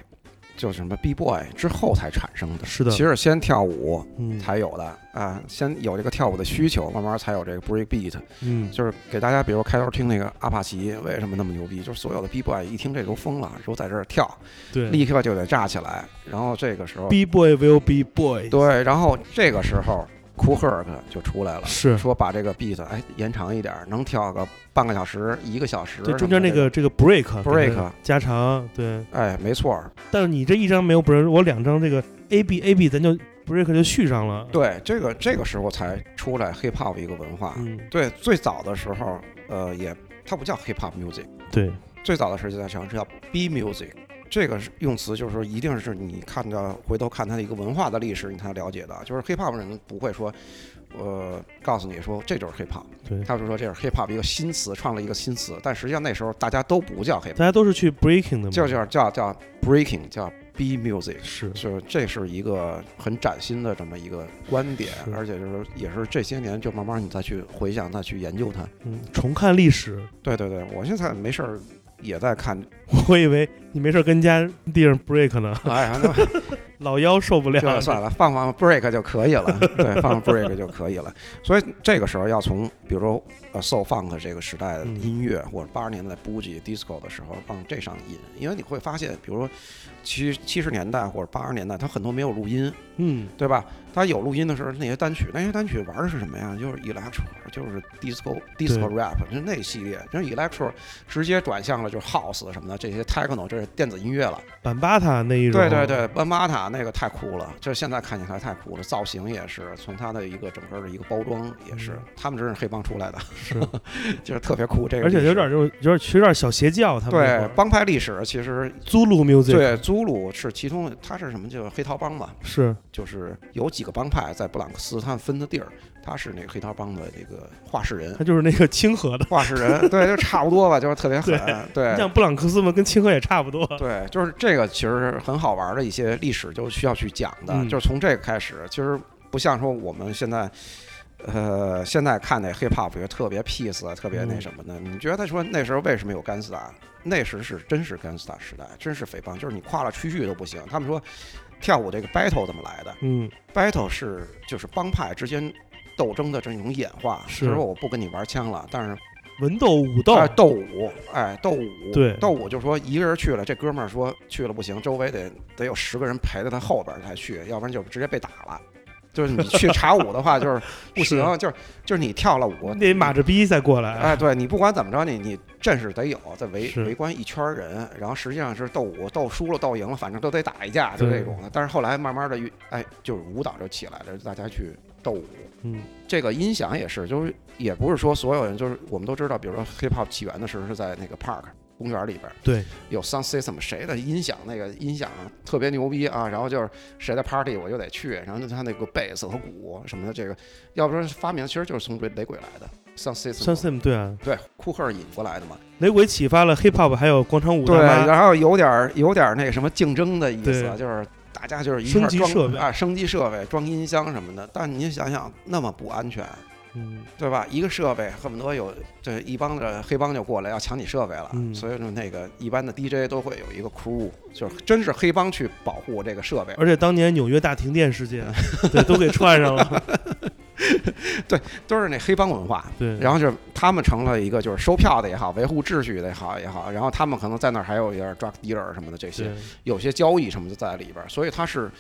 就是什么 B boy 之后才产生的，
是的
其实先跳舞
嗯，
才有的啊，先有这个跳舞的需求，慢慢才有这个 break beat，
嗯
就是给大家，比如开头听那个阿帕奇为什么那么牛逼，就是所有的 B boy 一听这都疯了，都在这儿跳，
对
立刻就得炸起来，然后这个时候，
，B boy will be boy，
对，然后这个时候酷 herc 就出来了。
是
说把这个 beat 哎延长一点儿，能跳个半个小时、一个小时。
对
什
中
么
间那
的
个这个 break
break
给它加长，对。
哎，没错儿，
但是你这一张没有 break，我两张这个 A B A B 咱就 break 就续上了。，
对这个这个时候才出来 hip hop 一个文化。
嗯
对，最早的时候，呃，也它不叫 hip hop music，
对，
最早的时候在尝试叫 b music。这个是用词就是说，一定是你看着回头看它的一个文化的历史，你才了解的。就是 hip hop 人不会说，呃，告诉你说这就是 hip hop，
对
他就说这是 hip hop 一个新词，创了一个新词。但实际上那时候大家都不叫 hip hop。
大家都是去 breaking 的嘛，
就叫叫叫 breaking，叫 B music。
是
就是这是一个很崭新的这么一个观点
是，
而且就是也是这些年就慢慢你再去回想、再去研究它。
嗯，重看历史，
对对对，我现在没事儿也在看，
我以为你没事儿跟家地上 break 呢，
哎呀，那
老腰受不了
就
了。
算了，放放 break 就可以了，对，放放 break 就可以了。所以这个时候要从，比如说呃 soul funk 这个时代的
嗯
音乐，或者八十年代 boogie disco 的时候往这上引，因为你会发现，比如说七七十年代或者八十年代，它很多没有录音，
嗯，
对吧？它有录音的时候，那些单曲，那些单曲玩的是什么呀？就是 electro，就是 disco disco rap，就是那系列，就是 electro 直接转向了就是 house 什么的，这些 techno 这是电子音乐了。
板巴塔那一种，
对对对，班巴塔那个太酷了，就是现在看起来太酷了，造型也是，从它的一个整个的一个包装也是
嗯，
他们真是黑帮出来的，
是，
就是特别酷。这个
而且
历史
有点这种，有点有点小邪教，他们那会
对
儿
帮派历史，其实
Zulu music，
对祖鲁是其中，它是什么？就是黑桃帮嘛，
是
就是有几个帮派在布朗克斯，他们分的地儿，他是那个黑桃帮的那个画事人
他。就是那个清河的。
画事 人，对，就差不多吧，就是特别狠，对
你像布朗克斯嘛，跟清河也差不多。
对，就是这个其实是很好玩的一些历史，就需要去讲的，
嗯
就是从这个开始，其实不像说我们现在。呃，现在看那 hip hop 觉得特别 peace 啊，特别那
嗯
什么的。你觉得说那时候为什么有甘斯达？那时是真是甘斯达时代，真是匪帮，就是你跨了区域都不行。他们说跳舞这个 battle 怎么来的？
嗯，
battle 是就是帮派之间斗争的这种演化，
是
就是说我不跟你玩枪了，但是
文斗武斗，
哎斗舞，哎斗舞，
对
斗舞就说一个人去了，这哥们儿说去了不行，周围得得有十个人陪着他后边儿才去，要不然就直接被打了。就是你去 查舞的话，就是不行，就是就是你跳了舞，
你得马着逼再过来。
哎，对你不管怎么着，你你阵势得有，再围
是
围观一圈儿人，然后实际上是斗舞，斗输了斗赢了，反正都得打一架，就
对
这种的。但是后来慢慢的，哎，就是舞蹈就起来了，大家去斗舞。
嗯，
这个音响也是，就是也不是说所有人，就是我们都知道，比如说 hip hop 起源的时候是在那个 park 公园里边，
对，
有 sound system，谁的音响那个音响特别牛逼啊，然后就是谁的 party 我就得去，然后他那个贝斯和鼓什么的，这个要不然发明其实就是从雷雷鬼来的 sound system。
三 Sim 对啊，
对，库克尔引过来的嘛。
雷鬼启发了 hip hop，还有广场舞大
对，
妈。
然后有点儿有点儿那个什么竞争的意思
对，
就是大家就是一
升
块儿
级
装
设备
啊，升级设备装音箱什么的。但你想想，那么不安全，
嗯，
对吧？一个设备恨不得有这一帮的黑帮就过来要抢你设备了，
嗯
所以说那个一般的 DJ 都会有一个 crew，就是真是黑帮去保护这个设备。
而且当年纽约大停电事 件，对，都给串上了。
都是那黑帮文化。
对，
然后就是他们成了一个就是收票的也好，维护秩序的也好也好，然后他们可能在那儿还有一点 drug dealer 什么的这些，
对，
有些交易什么的在里边儿，所以它是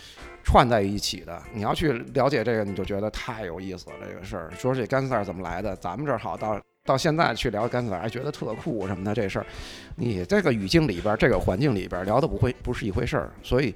串在一起的。你要去了解这个，你就觉得太有意思了。这个事儿，说这甘斯塔怎么来的，咱们这儿好到到现在去聊甘斯塔，还觉得特酷什么的这事儿，你这个语境里边儿，这个环境里边儿聊的不会不是一回事儿，所以。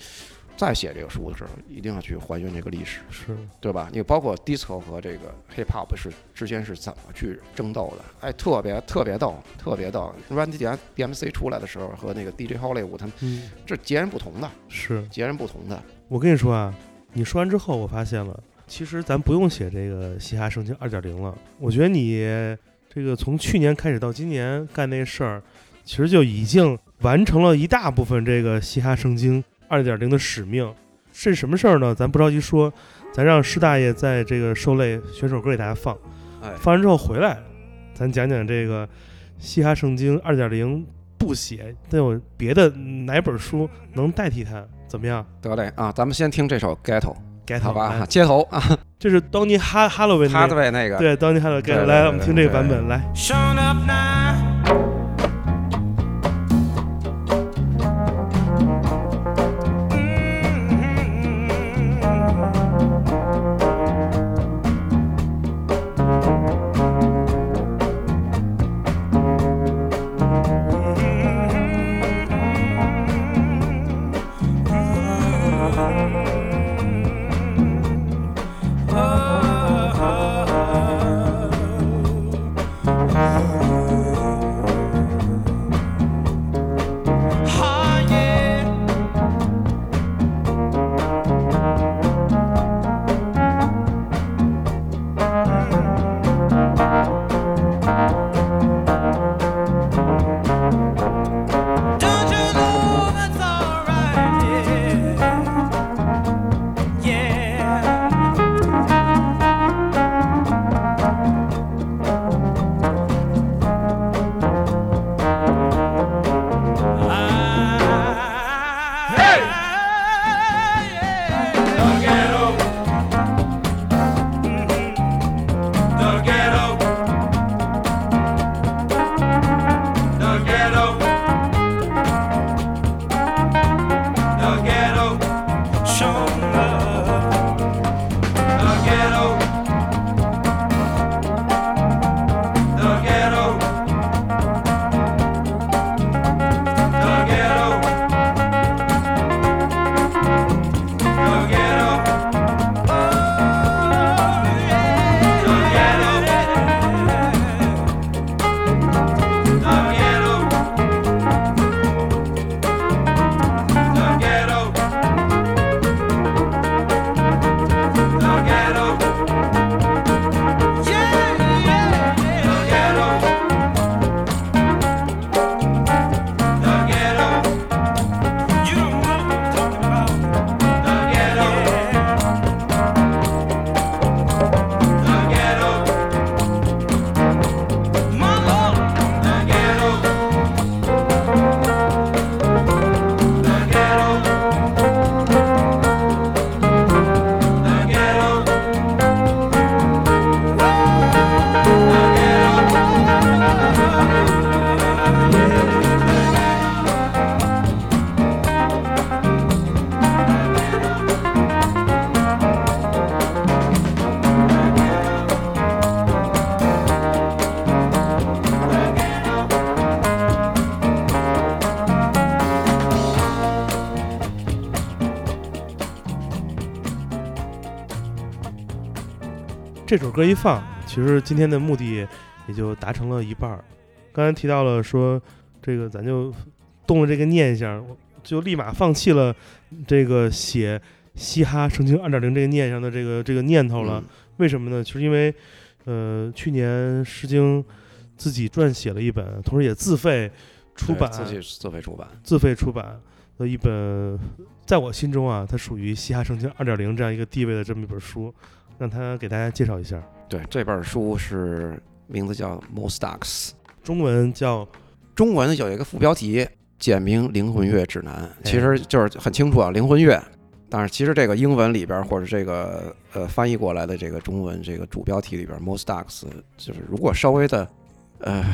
在写这个书的时候，一定要去还原这个历史，
是
对吧？你包括 disco 和这个 hip hop 是之间是怎么去争斗的？哎，特别特别逗，特别逗。Run DMC 出来的时候和那个 DJ Hollywood 他们
嗯，
这截然不同的，
是。
截然不同的。
我跟你说啊，你说完之后，我发现了，其实咱不用写这个嘻哈盛情二点零了。我觉得你这个从去年开始到今年干那事儿，其实就已经完成了一大部分这个嘻哈盛经二点零的使命。是什么事儿呢？咱不着急说，咱让师大爷在这个受累选首歌给大家放，
哎
放完之后回来，咱讲讲这个嘻哈圣经二点零不写，但有别的哪本书能代替它？怎么样？
得嘞啊，咱们先听这首《Ghetto》，
get
好吧？
来
街头啊，
这是当年哈哈罗维
他对那个，
哎对当年哈罗 get
对
来，
对
我们
对
听这个
对
版本来，
Showing up now. Mhm. Oh, oh, oh.
这首歌一放，其实今天的目的也就达成了一半儿。刚才提到了说，这个咱就动了这个念想，我就立马放弃了这个写嘻哈圣经二点零这个念想的这个这个念头了。
嗯
为什么呢？就是因为，呃，去年诗经自己撰写了一本，同时也自费出
对
版，
自己自费出版，
自费出版的一本，在我心中啊，它属于嘻哈圣经二点零这样一个地位的这么一本书，让他给大家介绍一下。
对这本书是名字叫《Mostax》，
中文
啊
叫
中文有一个副标题“简明灵魂乐指南”，
嗯
其
哎
实就是很清楚啊，灵魂乐。但是其实这个英文里边或者这个呃翻译过来的这个中文这个主标题里边，Mostax 就是如果稍微的呃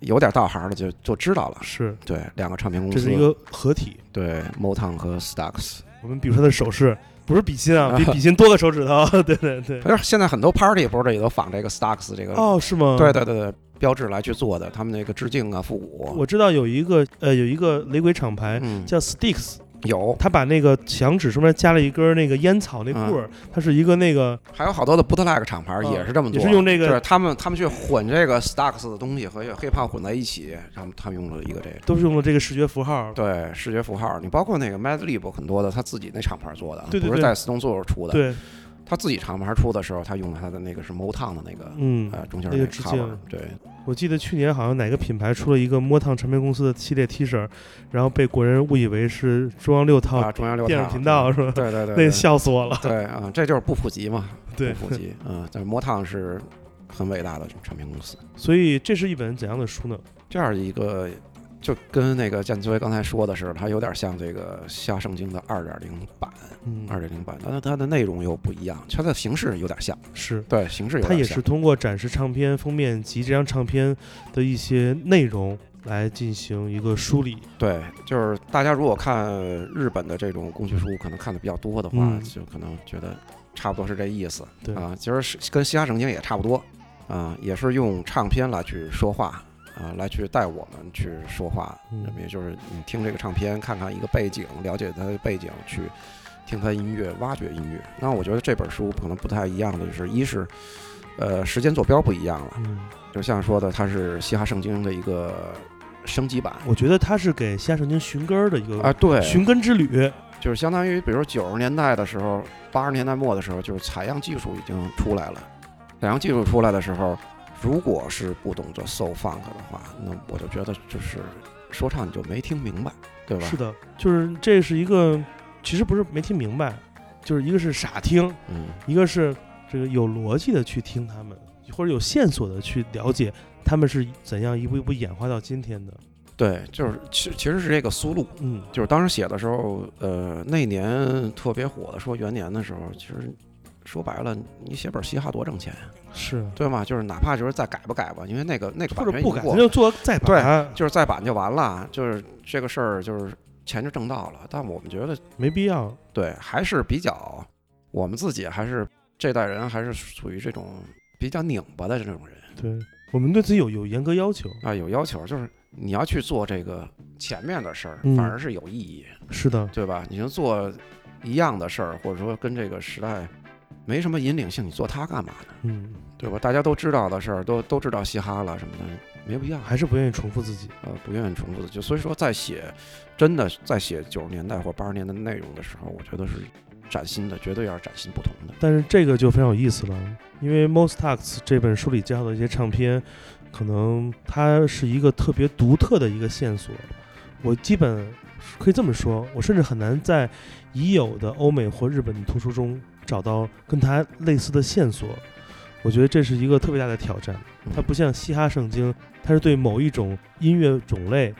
有点道行的就就知道了。
是，
对，两个唱片公司，
这是一个合体。
对 Motown 和 Stax。
我们比如说他的手势，不是比心啊，
啊
比比心多个手指头。 对对对。
可是现在很多 party 不是也都仿这个 Stax 这个，
哦，是吗？
对对对对，标志来去做的，他们那个致敬啊复古，
我知道有一个呃有一个雷鬼厂牌
嗯
叫 Sticks，
有，
他把那个响指上面加了一根那个烟草
啊
那棍儿，它是一个那个
还有好多的 bootleg 厂牌也是这么
哦也
做，
是用这
就是
个
他们他们去混这个 Stax 的东西和 hiphop 混在一起，他们他们用了一个这个。
都是用了这个视觉符号。
对视觉符号，你包括那个 Madlib 很多的，他自己那厂牌做的，
对对
不是
对
在 Stone Sour 出的。
对，
他自己厂牌出的时候，他用了他的那个是 Motown 的那个，
嗯，
呃，中间
那
个
个致
cover，
敬
对，
我记得去年好像哪个品牌出了一个摸烫唱片公司的系列 T 恤，然后被国人误以为是中央六套
啊，中央六
哦电视
套啊
频道，是 吧？
对对对，
那
对
笑死我 了。
对啊，这就是不普及嘛，
对，
不普及啊。但是魔烫是很伟大的唱片公司，
所以这是一本怎样的书呢？
这样一个就跟那个建崔刚才说的似的，它有点像这个《瞎圣经》的二点零版，
嗯，
二点零版，但是它的内容又不一样，它的形式有点像，
是。
对，形式有
它
点
也
像
是，通过展示唱片封面及这张唱片的一些内容来进行一个梳理。
对，就是大家如果看日本的这种工具书，可能看的比较多的话，
嗯
就可能觉得差不多是这意思，
对
啊，其实是跟《嘻哈圣经》也差不多，啊，也是用唱片来去说话。啊，来去带我们去说话，
嗯
也就是你听这个唱片，看看一个背景，了解它的背景，去听它音乐，挖掘音乐。那我觉得这本书可能不太一样的就是，一是，呃，时间坐标不一样了，
嗯，
就像说的，它是《嘻哈圣经》的一个升级版
我觉得它是给虾神经寻根儿的一个
啊，对，
寻根之旅。
就是相当于，比如九十年代的时候，八十年代末的时候，就是采样技术已经出来了。采样技术出来的时候，如果是不懂得 soul funk 的话，那我就觉得就是说唱你就没听明白，对吧？
是的，就是这是一个，其实不是没听明白，就是一个是傻听，
嗯，
一个是这个有逻辑的去听他们，或者有线索的去了解他们是怎样一步一步演化到今天的。
对，就是其其实是这个思路。
嗯，
就是当时写的时候，呃，那年特别火的说元年的时候，其实说白了，你写本嘻哈多挣钱呀，
是，啊
对吗？就是哪怕就是再改吧改吧，因为那个那个版
或者
权已
不
经
改，
过
咱就做再
对
版，
就是再版就完了，就是这个事儿就是钱就挣到了，但我们觉得
没必要。
对还是比较我们自己还是这代人还是属于这种比较拧巴的这种人
对我们对自己有有严格要求。
啊，有要求就是你要去做这个前面的事儿
嗯，
反而是有意义，
是的，
对吧？你就做一样的事儿，或者说跟这个时代没什么引领性，你做它干嘛呢？
嗯，
对吧？大家都知道的事儿，都都知道嘻哈了什么的，没必要。
还是不愿意重复自己。
呃，不愿意重复的，就所以说在写，真的在写九十年代或八十年代内容的时候，我觉得是崭新的，绝对要是崭新不同的。
但是这个就非常有意思了，因为《Mostax》这本书里介绍的一些唱片，可能它是一个特别独特的一个线索。我基本可以这么说，我甚至很难在已有的欧美或日本的图书中找到跟它类似的线索。我觉得这是一个特别大的挑战。它不像嘻哈圣经，它是对某一种音乐种类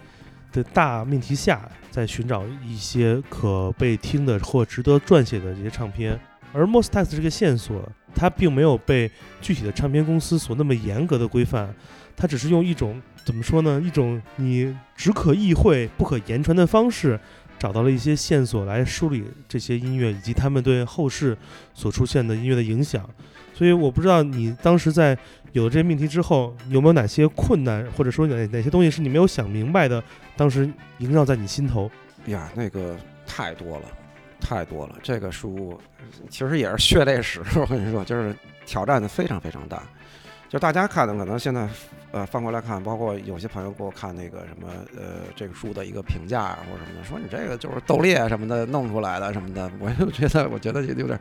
的大命题下，在寻找一些可被听的或值得撰写的这些唱片。而 Mostax 这个线索，它并没有被具体的唱片公司所那么严格的规范，它只是用一种怎么说呢，一种你只可意会不可言传的方式，找到了一些线索来梳理这些音乐以及他们对后世所出现的音乐的影响。所以我不知道你当时在有了这些命题之后，有没有哪些困难，或者说哪哪些东西是你没有想明白的，当时萦绕在你心头？
呀，那个太多了，太多了。这个书其实也是血泪史， 我跟你说，就是挑战的非常非常大。就大家看的可能现在，呃，翻过来看，包括有些朋友给我看那个什么，呃，这个书的一个评价啊或者什么的，说你这个就是斗猎什么的弄出来的什么的，我就觉得我觉得有点，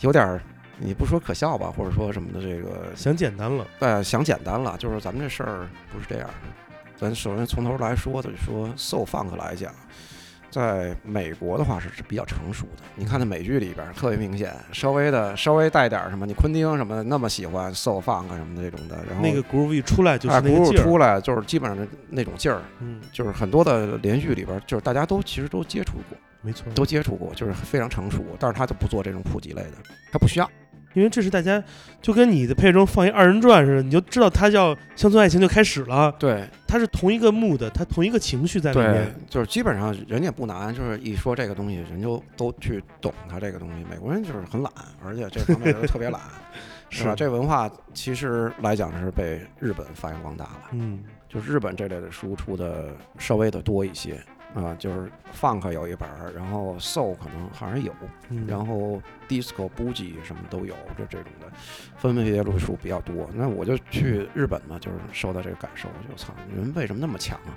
有点儿，你不说可笑吧，或者说什么的这个
想简单了，
对，呃想简单了，就是咱们这事儿不是这样的。咱首先从头来说，就是说 soul funk 来讲，在美国的话是比较成熟的。你看那美剧里边儿特别明显，稍微的稍微带点儿什么，你昆汀什么的那么喜欢 soul funk 什么的这种的，然后
那个 groove 一出来就是
哎
那个
，groove
劲儿，
出来就是基本上那种劲儿，
嗯，
就是很多的连续里边儿，就是大家都其实都接触过，
没错，
都接触过，就是非常成熟，但是他就不做这种普及类的，他不需要。
因为这是大家就跟你的配乐中放一二人转似的，你就知道它叫《乡村爱情》就开始了，
对，
它是同一个 mood，它同一个情绪在里
对
面，，
就是基本上人也不难，就是一说这个东西，人就都去懂它这个东西。美国人就是很懒，而且这方面人特别懒， 是吧？
是
这文化其实来讲是被日本发扬光大了，
嗯，
就日本这类的书出的稍微的多一些啊、就是 funk 有一本儿，然后 soul 可能好像有，
嗯
然后 disco、boogie 什么都有，就这种的分门别类的书比较多。那我就去日本嘛，就是受到这个感受，我就操，你们为什么那么强啊？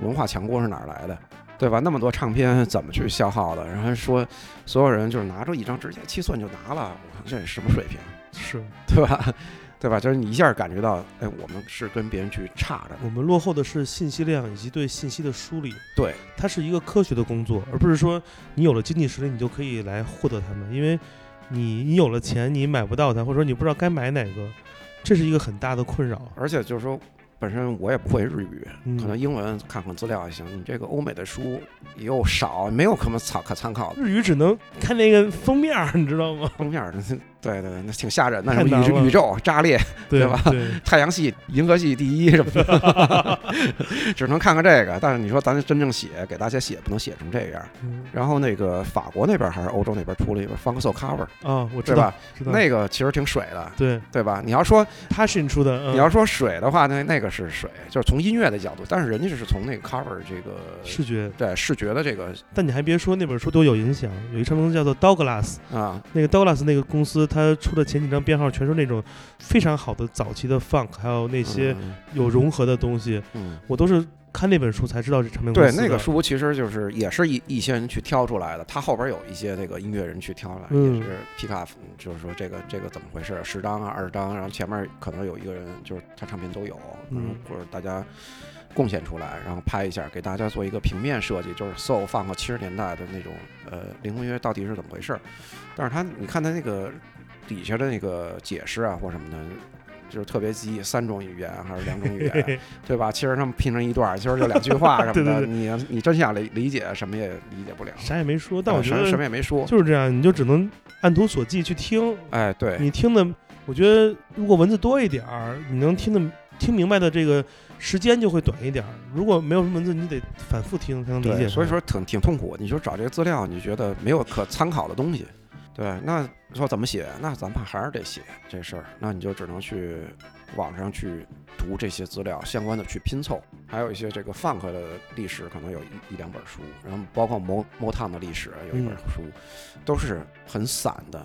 文
嗯，
化强国是哪儿来的，对吧？那么多唱片怎么去消耗的？然后说所有人就是拿出一张直接计算就拿了，我看这是什么水平，
是
对吧？对吧？就是你一下感觉到，哎，我们是跟别人去差着的。
我们落后的是信息量以及对信息的梳理，
对，
它是一个科学的工作，而不是说你有了经济实力你就可以来获得它们，因为你你有了钱你买不到它，或者说你不知道该买哪个，这是一个很大的困扰。
而且就是说，本身我也不会日语，
嗯
可能英文看看资料也行。你这个欧美的书又少，没有可么参可参考的
日语只能看那个封面儿，你知道吗？
封面儿。对对对，那挺吓人的，
太
什么
难了
宇宇宙、炸裂、对吧
对，
太阳系、银河系第一什么的， 只能看看这个。但是你说咱真正写给大家写，不能写成这样。
嗯
然后那个法国那边还是欧洲那边出了一本 Funk Soul Cover，
啊，我知
对
道，
吧？
知道
那个其实挺水的，
对
对吧？你要说
他是你出的，嗯、
你要说水的话，那那个是水，就是从音乐的角度，但是人家是从那个 cover 这个
视觉，
对视觉的这个
但你还别说，那本书对我有影响。有一唱片叫做 Douglas，
啊，
那个 Douglas 那个公司，它出的前几张编号全是那种非常好的早期的 funk，还有那些
嗯
有融合的东西，
嗯
我都是看那本书才知道这唱片公
对
司。
那个，书其实就是也是一一些人去挑出来的，他后边有一些这个音乐人去挑来，
嗯
也是皮卡，就是说这个这个怎么回事，十张啊二十张，然后前面可能有一个人就是他唱片都有，
嗯
然后或者大家贡献出来，然后拍一下，给大家做一个平面设计，就是 soul funk 七十年代的那种呃灵魂乐到底是怎么回事儿，但是他你看他那个底下的那个解释啊或什么的。就是特别鸡，三种语言还是两种语言，啊 对吧？其实他们拼成一段儿，其实就两句话什么的，
对对对
你你真想理理解什么也理解不了，
啥也没说，但我觉
哎什么什
得
么也没说。
就是这样，你就只能按图索骥去听。
哎，对，
你听的，我觉得如果文字多一点儿，你能听的听明白的这个时间就会短一点儿。如果没有什么文字，你得反复听才能理解
对，
它。
所以说挺挺痛苦。你说找这个资料，你觉得没有可参考的东西，对？那说怎么写？那咱们还是得写这事儿，那你就只能去网上去读这些资料，相关的去拼凑。还有一些这个 funk 的历史，可能有一一两本书，然后包括 mo mo town 的历史啊有一本
嗯
书，都是很散的。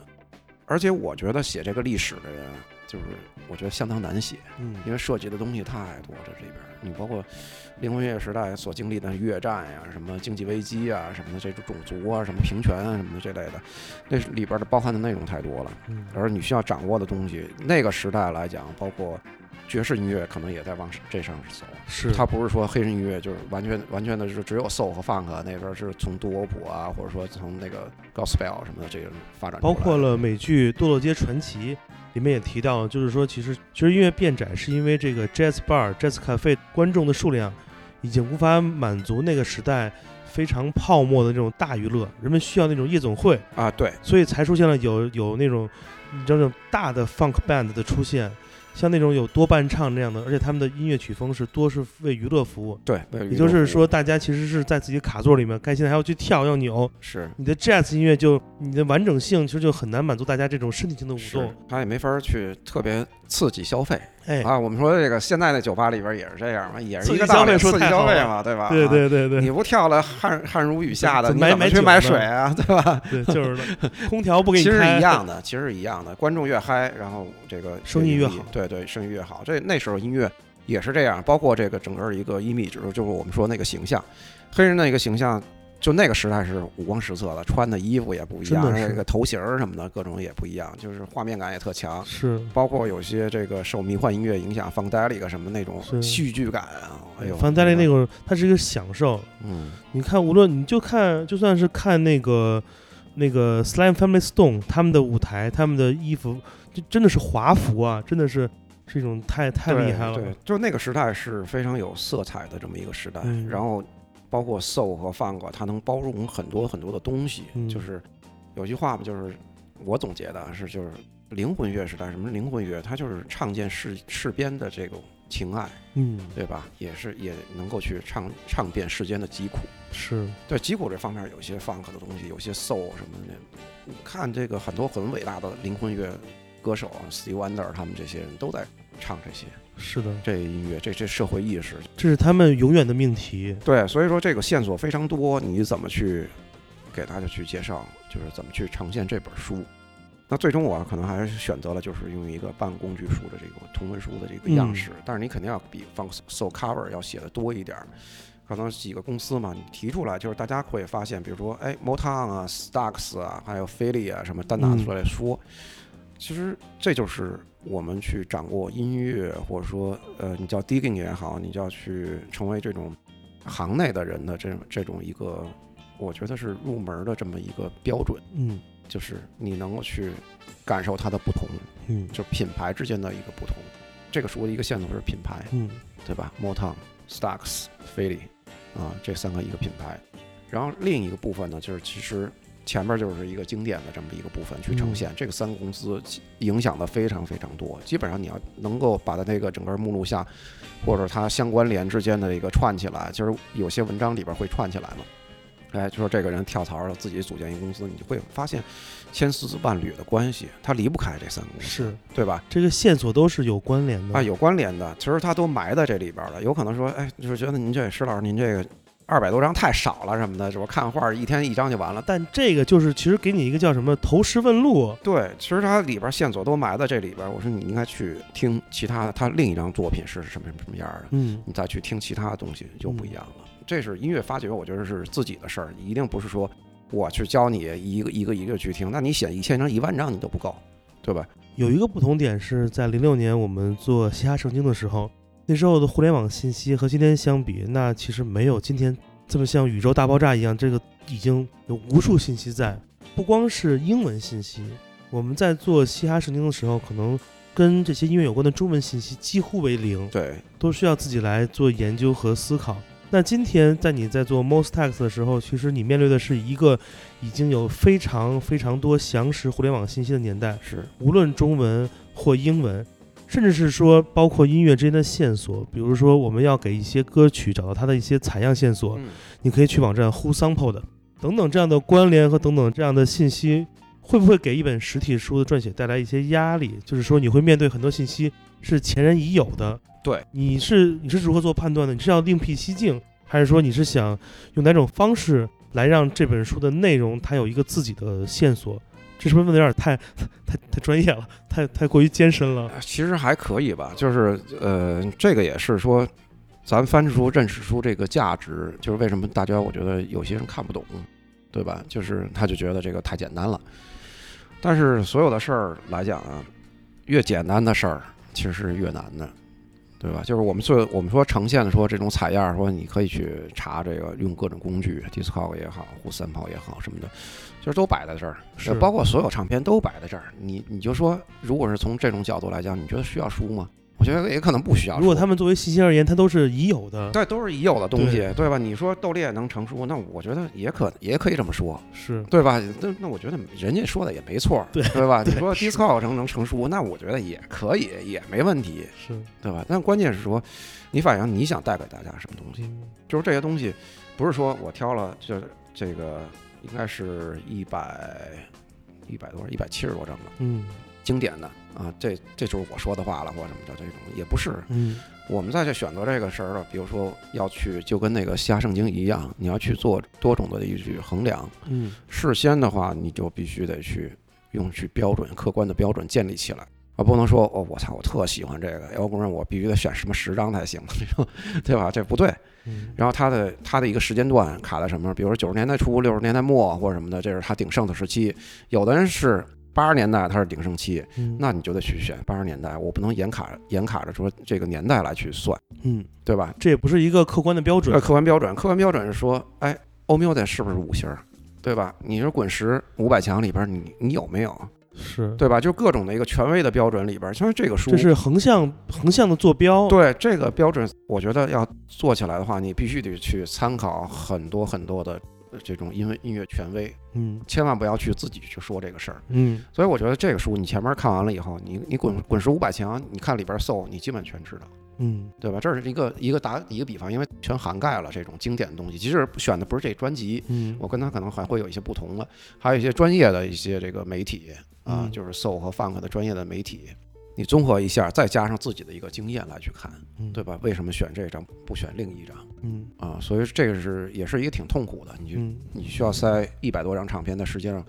而且我觉得写这个历史的人，啊就是我觉得相当难写。
嗯，
因为涉及的东西太多了，这里边儿你包括灵魂乐时代所经历的越战呀、什么经济危机啊、什么的这种种族啊、什么平权啊、什么的这类的，那里边儿的包含的内容太多了，
嗯
而你需要掌握的东西，那个时代来讲，包括爵士音乐可能也在往这上走，
是
它不是说黑人音乐就是完全完全的是只有 soul 和 funk 那边儿是从杜欧普啊，或者说从那个 gospel 什么的这种发展出
包
来的，
括了美剧《堕落街传奇》里面也提到，就是说，其实其实音乐变窄是因为这个 jazz bar、jazz cafe 观众的数量已经无法满足那个时代非常泡沫的这种大娱乐，人们需要那种夜总会，
啊，对，
所以才出现了有有那种你知道那种大的 funk band 的出现，像那种有多伴唱这样的，而且他们的音乐曲风是多是为娱乐服务。
对，
也就是说，大家其实是在自己卡座里面，该现在还要去跳，要扭，
是。
你的 jazz 音乐就你的完整性其实就很难满足大家这种身体性的舞
是
动。
他也没法儿去特别刺激消费
哎，
啊。我们说这个现在的酒吧里边也是这样嘛，也是一个
刺激
道
消
理，
费说
刺激
太
消
好
费
了
嘛，对吧？
对
啊。
对对对
你不跳了汗汗如雨下的，
怎
你
么买
怎么
买
去
酒
买水
呢
啊？对吧？
对，就是空调不给
其
你
实
开，
是一样的，其实是一样的。观众越嗨，然后这个
生意越
盈利
好
对对，生意越好。这那时候音乐也是这样，包括这个整个一个 image，就是我们说那个形象，黑人那个形象，就那个时代是五光十色的，穿的衣服也不一样，
真的是
这个头型儿什么的各种也不一样，就是画面感也特强。
是。
包括有些这个受迷幻音乐影响，放呆了一个什么那种
是
戏剧感啊，哎呦，
范戴利那
个，
种，它是一个享受。
嗯，
你看，无论你就看，就算是看那个那个 Slime Family Stone 他们的舞台，他们的衣服，就真的是华服啊，真的是是一种太太厉
对
害了。
对，就那个时代是非常有色彩的这么一个时代，
嗯
然后包括 soul 和 funk，它能包容很多很多的东西。
嗯
就是有句话嘛，就是我总结的啊是，就是灵魂乐时代，什么灵魂乐，它就是唱见世世边的这种情爱，
嗯，
对吧？也是也能够去唱唱遍世间的疾苦。
是
对疾苦这方面，有些 funk 的东西，有些 soul 什么的，你看这个很多很伟大的灵魂乐歌手啊，Steve Wonder 他们这些人都在唱这些。
是的，
这音乐，这这社会意识。
这是他们永远的命题。
对，所以说这个线索非常多，你怎么去给大家去介绍，就是怎么去呈现这本书？那最终我可能还是选择了就是用一个半工具书的这个同文书的这个样式，但是你肯定要比 Funk Soul Cover 要写的多一点儿。可能几个公司嘛，你提出来就是大家会发现，比如说哎，Motown 啊、Stax 啊，还有菲利啊什么，单拿出来说，其实这就是我们去掌握音乐，或者说呃，你叫 digging 也好，你叫去成为这种行内的人的这这种一个，我觉得是入门的这么一个标准，
嗯
就是你能够去感受它的不同，
嗯
就品牌之间的一个不同。这个书的一个线索是品牌，
嗯，
对吧？Motown、Stax、菲利啊，这三个一个品牌。然后另一个部分呢，就是其实前面就是一个经典的这么一个部分去呈现，这个三个公司影响的非常非常多。基本上你要能够把它那个整个目录下，或者它相关联之间的一个串起来，就是有些文章里边会串起来嘛。哎，就说这个人跳槽了，自己组建一个公司，你就会发现千丝万缕的关系，它离不开这三个公司，
是
对吧？
这个线索都是有关联的
啊，有关联的，其实它都埋在这里边儿了。有可能说，哎，就是觉得您这石老师您这个二百多张太少了什么的，就是看画儿一天一张就完了。
但这个就是其实给你一个叫什么投石问路，
对，其实它里边儿线索都埋在这里边儿。我说你应该去听其他的，他另一张作品是什么什么样儿的，
嗯
你再去听其他的东西就不一样了。这是音乐发掘，我觉得是自己的事儿，一定不是说我去教你一个一个一个去听。那你写一千张、一万张你都不够，对吧？
有一个不同点是在零六年我们做嘻哈圣经的时候，那时候的互联网信息和今天相比，那其实没有今天这么像宇宙大爆炸一样，这个已经有无数信息在，不光是英文信息。我们在做嘻哈圣经的时候，可能跟这些音乐有关的中文信息几乎为零，
对，
都需要自己来做研究和思考。那今天在你在做 Most Tax 的时候，其实你面对的是一个已经有非常非常多详实互联网信息的年代。
是
无论中文或英文，甚至是说包括音乐之间的线索，比如说我们要给一些歌曲找到它的一些采样线索，
嗯
你可以去网站 Who Sample 的等等这样的关联和等等这样的信息，会不会给一本实体书的撰写带来一些压力？就是说你会面对很多信息是前人已有的，
对，
你是你是如何做判断的？你是要另辟蹊径，还是说你是想用哪种方式来让这本书的内容它有一个自己的线索？这是不是问的有点太 太太专业了，太太过于艰深了？
呃其实还可以吧，就是呃，这个也是说，咱翻出认识出这个价值，就是为什么大家我觉得有些人看不懂，对吧？就是他就觉得这个太简单了。但是所有的事儿来讲啊，越简单的事儿其实是越难的，对吧？就是我们最我们说呈现的说这种采样，说你可以去查这个，用各种工具，Discog 也好，互三炮也好什么的，就是都摆在这儿，
是
包括所有唱片都摆在这儿。你你就说，如果是从这种角度来讲，你觉得需要书吗？我觉得也可能不需要书。
如果他们作为信息而言，它都是已有的，
对都是已有的东西，
对
对吧？你说豆裂能成书，那我觉得也可也可以这么说，
是
对吧？那那我觉得人家说的也没错，
对
吧？你
对
说
是
Disco 成能成书，那我觉得也可以，也没问题，
是，
对吧？但关键是说，你反映你想带给大家什么东西？
嗯
就是这些东西，不是说我挑了，就是这个应该是一百一百多少，一百七十多张吧，
嗯
经典的啊，这这就是我说的话了，或者什么的这种，也不是。
嗯
我们在这选择这个事儿了，比如说要去，就跟那个瞎圣经一样，你要去做多种的一去衡量。
嗯
事先的话，你就必须得去用去标准、客观的标准建立起来。啊，不能说哦，我操，我特喜欢这个，要不然我必须得选什么十张才行， 这种对吧？这不对。
嗯
然后它的它的一个时间段卡在什么？比如说九十年代初、六十年代末或者什么的，这是它鼎盛的时期。有的人是八十年代，它是鼎盛期，
嗯
那你就得去选八十年代。我不能严卡严卡着说这个年代来去算，
嗯，
对吧？
这也不是一个客观的标准
呃，。客观标准，客观标准是说，哎，欧缪的是不是五星儿，对吧？你是滚石五百强里边儿你，你有没有，
是，
对吧？就各种的一个权威的标准里边儿，其实这个书
这是横向横向的坐标。，
对这个标准，我觉得要做起来的话，你必须得去参考很多很多的呃这种音乐音乐权威，
嗯
千万不要去自己去说这个事儿。
嗯
所以我觉得这个书你前面看完了以后，你你滚滚石五百强，你看里边儿 so，你基本全知道。
嗯
对吧？这是一个一个打一个比方，因为全涵盖了这种经典的东西。即使选的不是这专辑，
嗯，
我跟他可能还会有一些不同了，还有一些专业的一些这个媒体啊，
嗯
就是 soul 和 funk 的专业的媒体，你综合一下，再加上自己的一个经验来去看，
嗯
对？吧？为什么选这张不选另一张
嗯
啊？所以这个是也是一个挺痛苦的，你就
嗯
你需要塞一百多张唱片，但实际上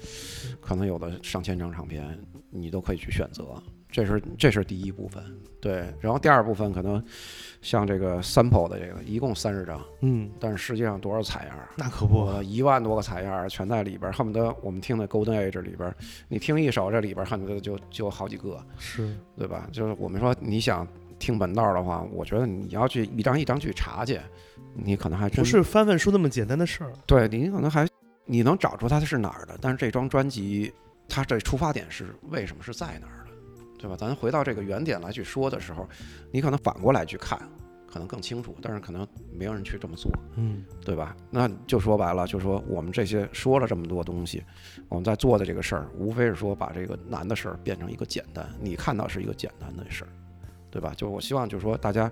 可能有的上千张唱片，你都可以去选择。这是这是第一部分，对。然后第二部分可能像这个 sample 的这个，一共三十张，
嗯，
但是实际上多少采样儿？
那可不，
我一万多个采样儿全在里边儿，恨不得我们听的 Golden Age 里边儿，你听一首这里边儿恨不得就就有好几个，
是
对吧？就是我们说你想听本道儿的话，我觉得你要去一张一张去查去，你可能还真
不是翻翻书那么简单的事儿？
对你可能还你能找出它是哪儿的，但是这张专辑它这出发点是为什么是在哪儿的，对吧？咱回到这个原点来去说的时候，你可能反过来去看，可能更清楚，但是可能没有人去这么做，
嗯
对吧？那就说白了，就说我们这些说了这么多东西，我们在做的这个事儿，无非是说把这个难的事儿变成一个简单，你看到是一个简单的事儿，对吧？就是我希望就是说大家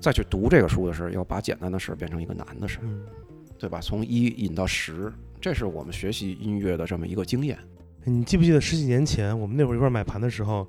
再去读这个书的时候，要把简单的事儿变成一个难的事儿。
嗯。
对吧？从一引到十，这是我们学习音乐的这么一个经验。
哎你记不记得十几年前我们那会儿一块儿买盘的时候，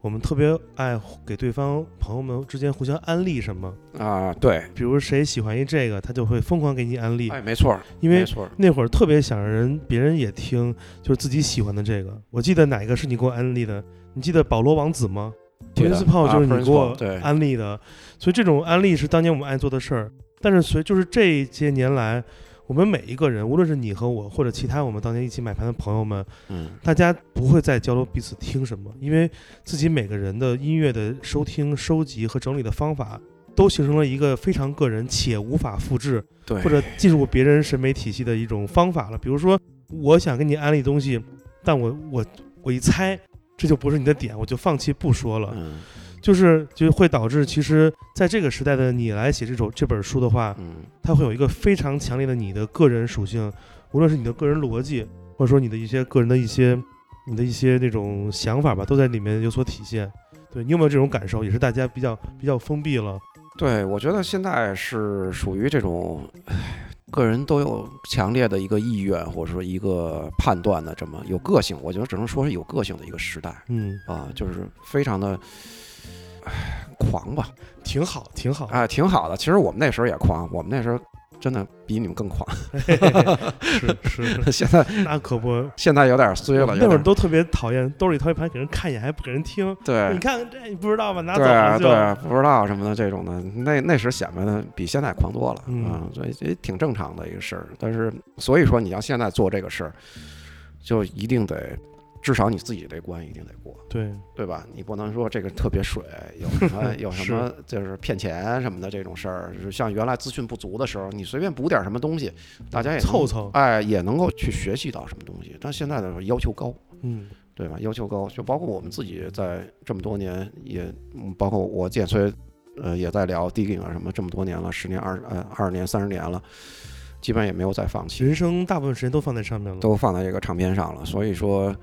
我们特别爱给对方朋友们之间互相安利什么？
啊，对，
比如谁喜欢一这个，他就会疯狂给你安利，
哎，没错儿，
因为
没错儿，
那会儿特别想让人别人也听，就是自己喜欢的这个。我记得哪一个是你给我安利的？你记得保罗王子吗
记得
p r i n c p a l
啊
就是你给我
Prince Paul，对
安利的，所以这种安利是当年我们爱做的事儿。但是随就是这些年来，我们每一个人，无论是你和我，或者其他我们当年一起买盘的朋友们，
嗯，
大家不会再交流彼此听什么，因为自己每个人的音乐的收听、收集和整理的方法，都形成了一个非常个人且无法复制
对，
或者进入别人审美体系的一种方法了。比如说，我想跟你安利东西，但我我我一猜这就不是你的点，我就放弃不说了，
嗯
就是就会导致其实在这个时代的你来写这首这本书的话，
嗯，
它会有一个非常强烈的你的个人属性，无论是你的个人逻辑，或者说你的一些个人的一些你的一些那种想法吧，都在里面有所体现。对你有没有这种感受？也是大家比较比较封闭了。
对，我觉得现在是属于这种，唉个人都有强烈的一个意愿或者说一个判断的这么有个性，我觉得只能说是有个性的一个时代
嗯，
啊，就是非常的。唉狂吧，
挺好，挺好。
啊、挺好的。其实我们那时候也狂，我们那时候真的比你们更狂。
嘿嘿嘿是是，
现在
那可不。
现在有点衰了，有
那会
点
儿都特别讨厌，兜里掏一盘给人看一眼，还不给人听。
对，
你看这你不知道吧？拿走
哎对啊
了就。
对，不知道什么的这种的，那那时显摆的比现在狂多了啊、
嗯
所以也挺正常的一个事儿。但是所以说，你要现在做这个事儿，就一定得至少你自己这关一定得过，
对
对吧？你不能说这个特别水，有什 么有什么就是骗钱什么的这种事儿，就是像原来资讯不足的时候，你随便补点什么东西，大家也能
凑凑
哎也能够去学习到什么东西。但现在的要求高。
嗯
对吧？要求高，就包括我们自己在这么多年也，嗯包括我建崔，呃，也在聊 digging 啊什么，这么多年了，十年、二呃二十年、三十年了，基本也没有再放弃，
人生大部分时间都放在上面了。
都放在这个唱片上了。所以说，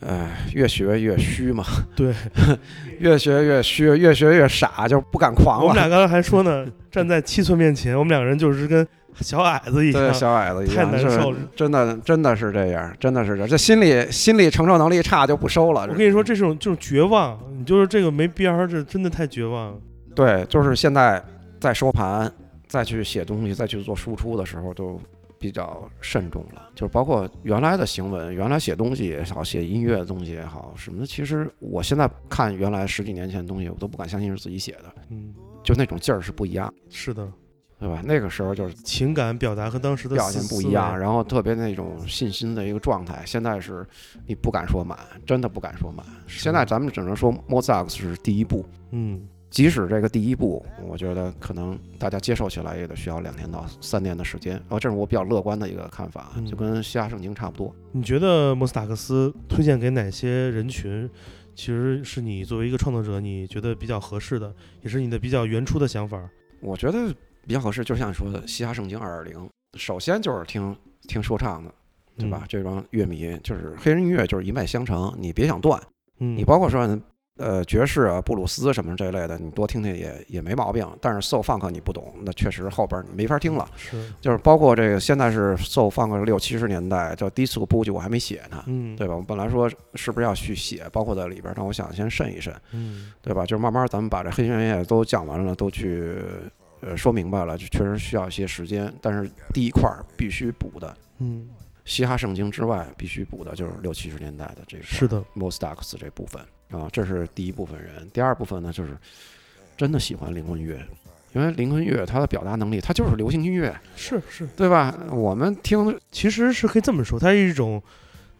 呃，越学越虚嘛，
对，
越学越虚，越学越傻，就不敢狂
我们
了。
俩刚才还说呢，站在七寸面前，我们两个人就是跟小矮子一
对
样，
小矮子一
太
样，
难
是
受了。
真的真的是这样，真的是这样，这心理心理承受能力差就不收了。
我跟你说，这种这种绝望，你就是这个没边儿，这真的太绝望了。
对，就是现在在收盘、再去写东西、再去做输出的时候，都比较慎重了。就是包括原来的行文，原来写东西也好，写音乐的东西也好，什么的，其实我现在看原来十几年前的东西，我都不敢相信是自己写的，
嗯，
就那种劲儿是不一样，
是的，
对吧？那个时候就是
情感表达和当时的
表现
思
不一样，。然后特别那种信心的一个状态。现在是你不敢说满，真的不敢说满。
是
现在咱们只能说 Mozart 是第一步，
思维嗯，
即使这个第一步，我觉得可能大家接受起来也得需要两年到三年的时间。哦，这是我比较乐观的一个看法啊
嗯，
就跟希腊圣经差不多。
你觉得莫斯塔克斯推荐给哪些人群？其实是你作为一个创作者，你觉得比较合适的，也是你的比较原初的想法。
我觉得比较合适，就像你说的，希腊圣经二二零，首先就是听听说唱的，
嗯
对吧？这帮乐迷就是黑人音乐，就是一脉相承，你别想断。
嗯？嗯，
你包括说呃爵士啊、布鲁斯什么这一类的，你多听听也也没毛病。但是 soul funk 你不懂，那确实后边你没法听了。
是，
就是包括这个现在是 soul funk 六七十年代叫 disco boogie，我还没写呢。
嗯，
对吧？我本来说是不是要去写，包括在里边儿，但我想先慎一慎，
嗯，
对吧？就是慢慢咱们把这黑旋律都讲完了，都去呃说明白了，就确实需要一些时间。但是第一块儿必须补的，
嗯，
嘻哈圣经之外必须补的就是六七十年代的这个
是的，
Mostax 这部分啊，这是第一部分人。第二部分呢，就是真的喜欢灵魂乐，因为灵魂乐它的表达能力，它就是流行音乐，
是是，
对吧？我们听
其实是可以这么说，它是一种，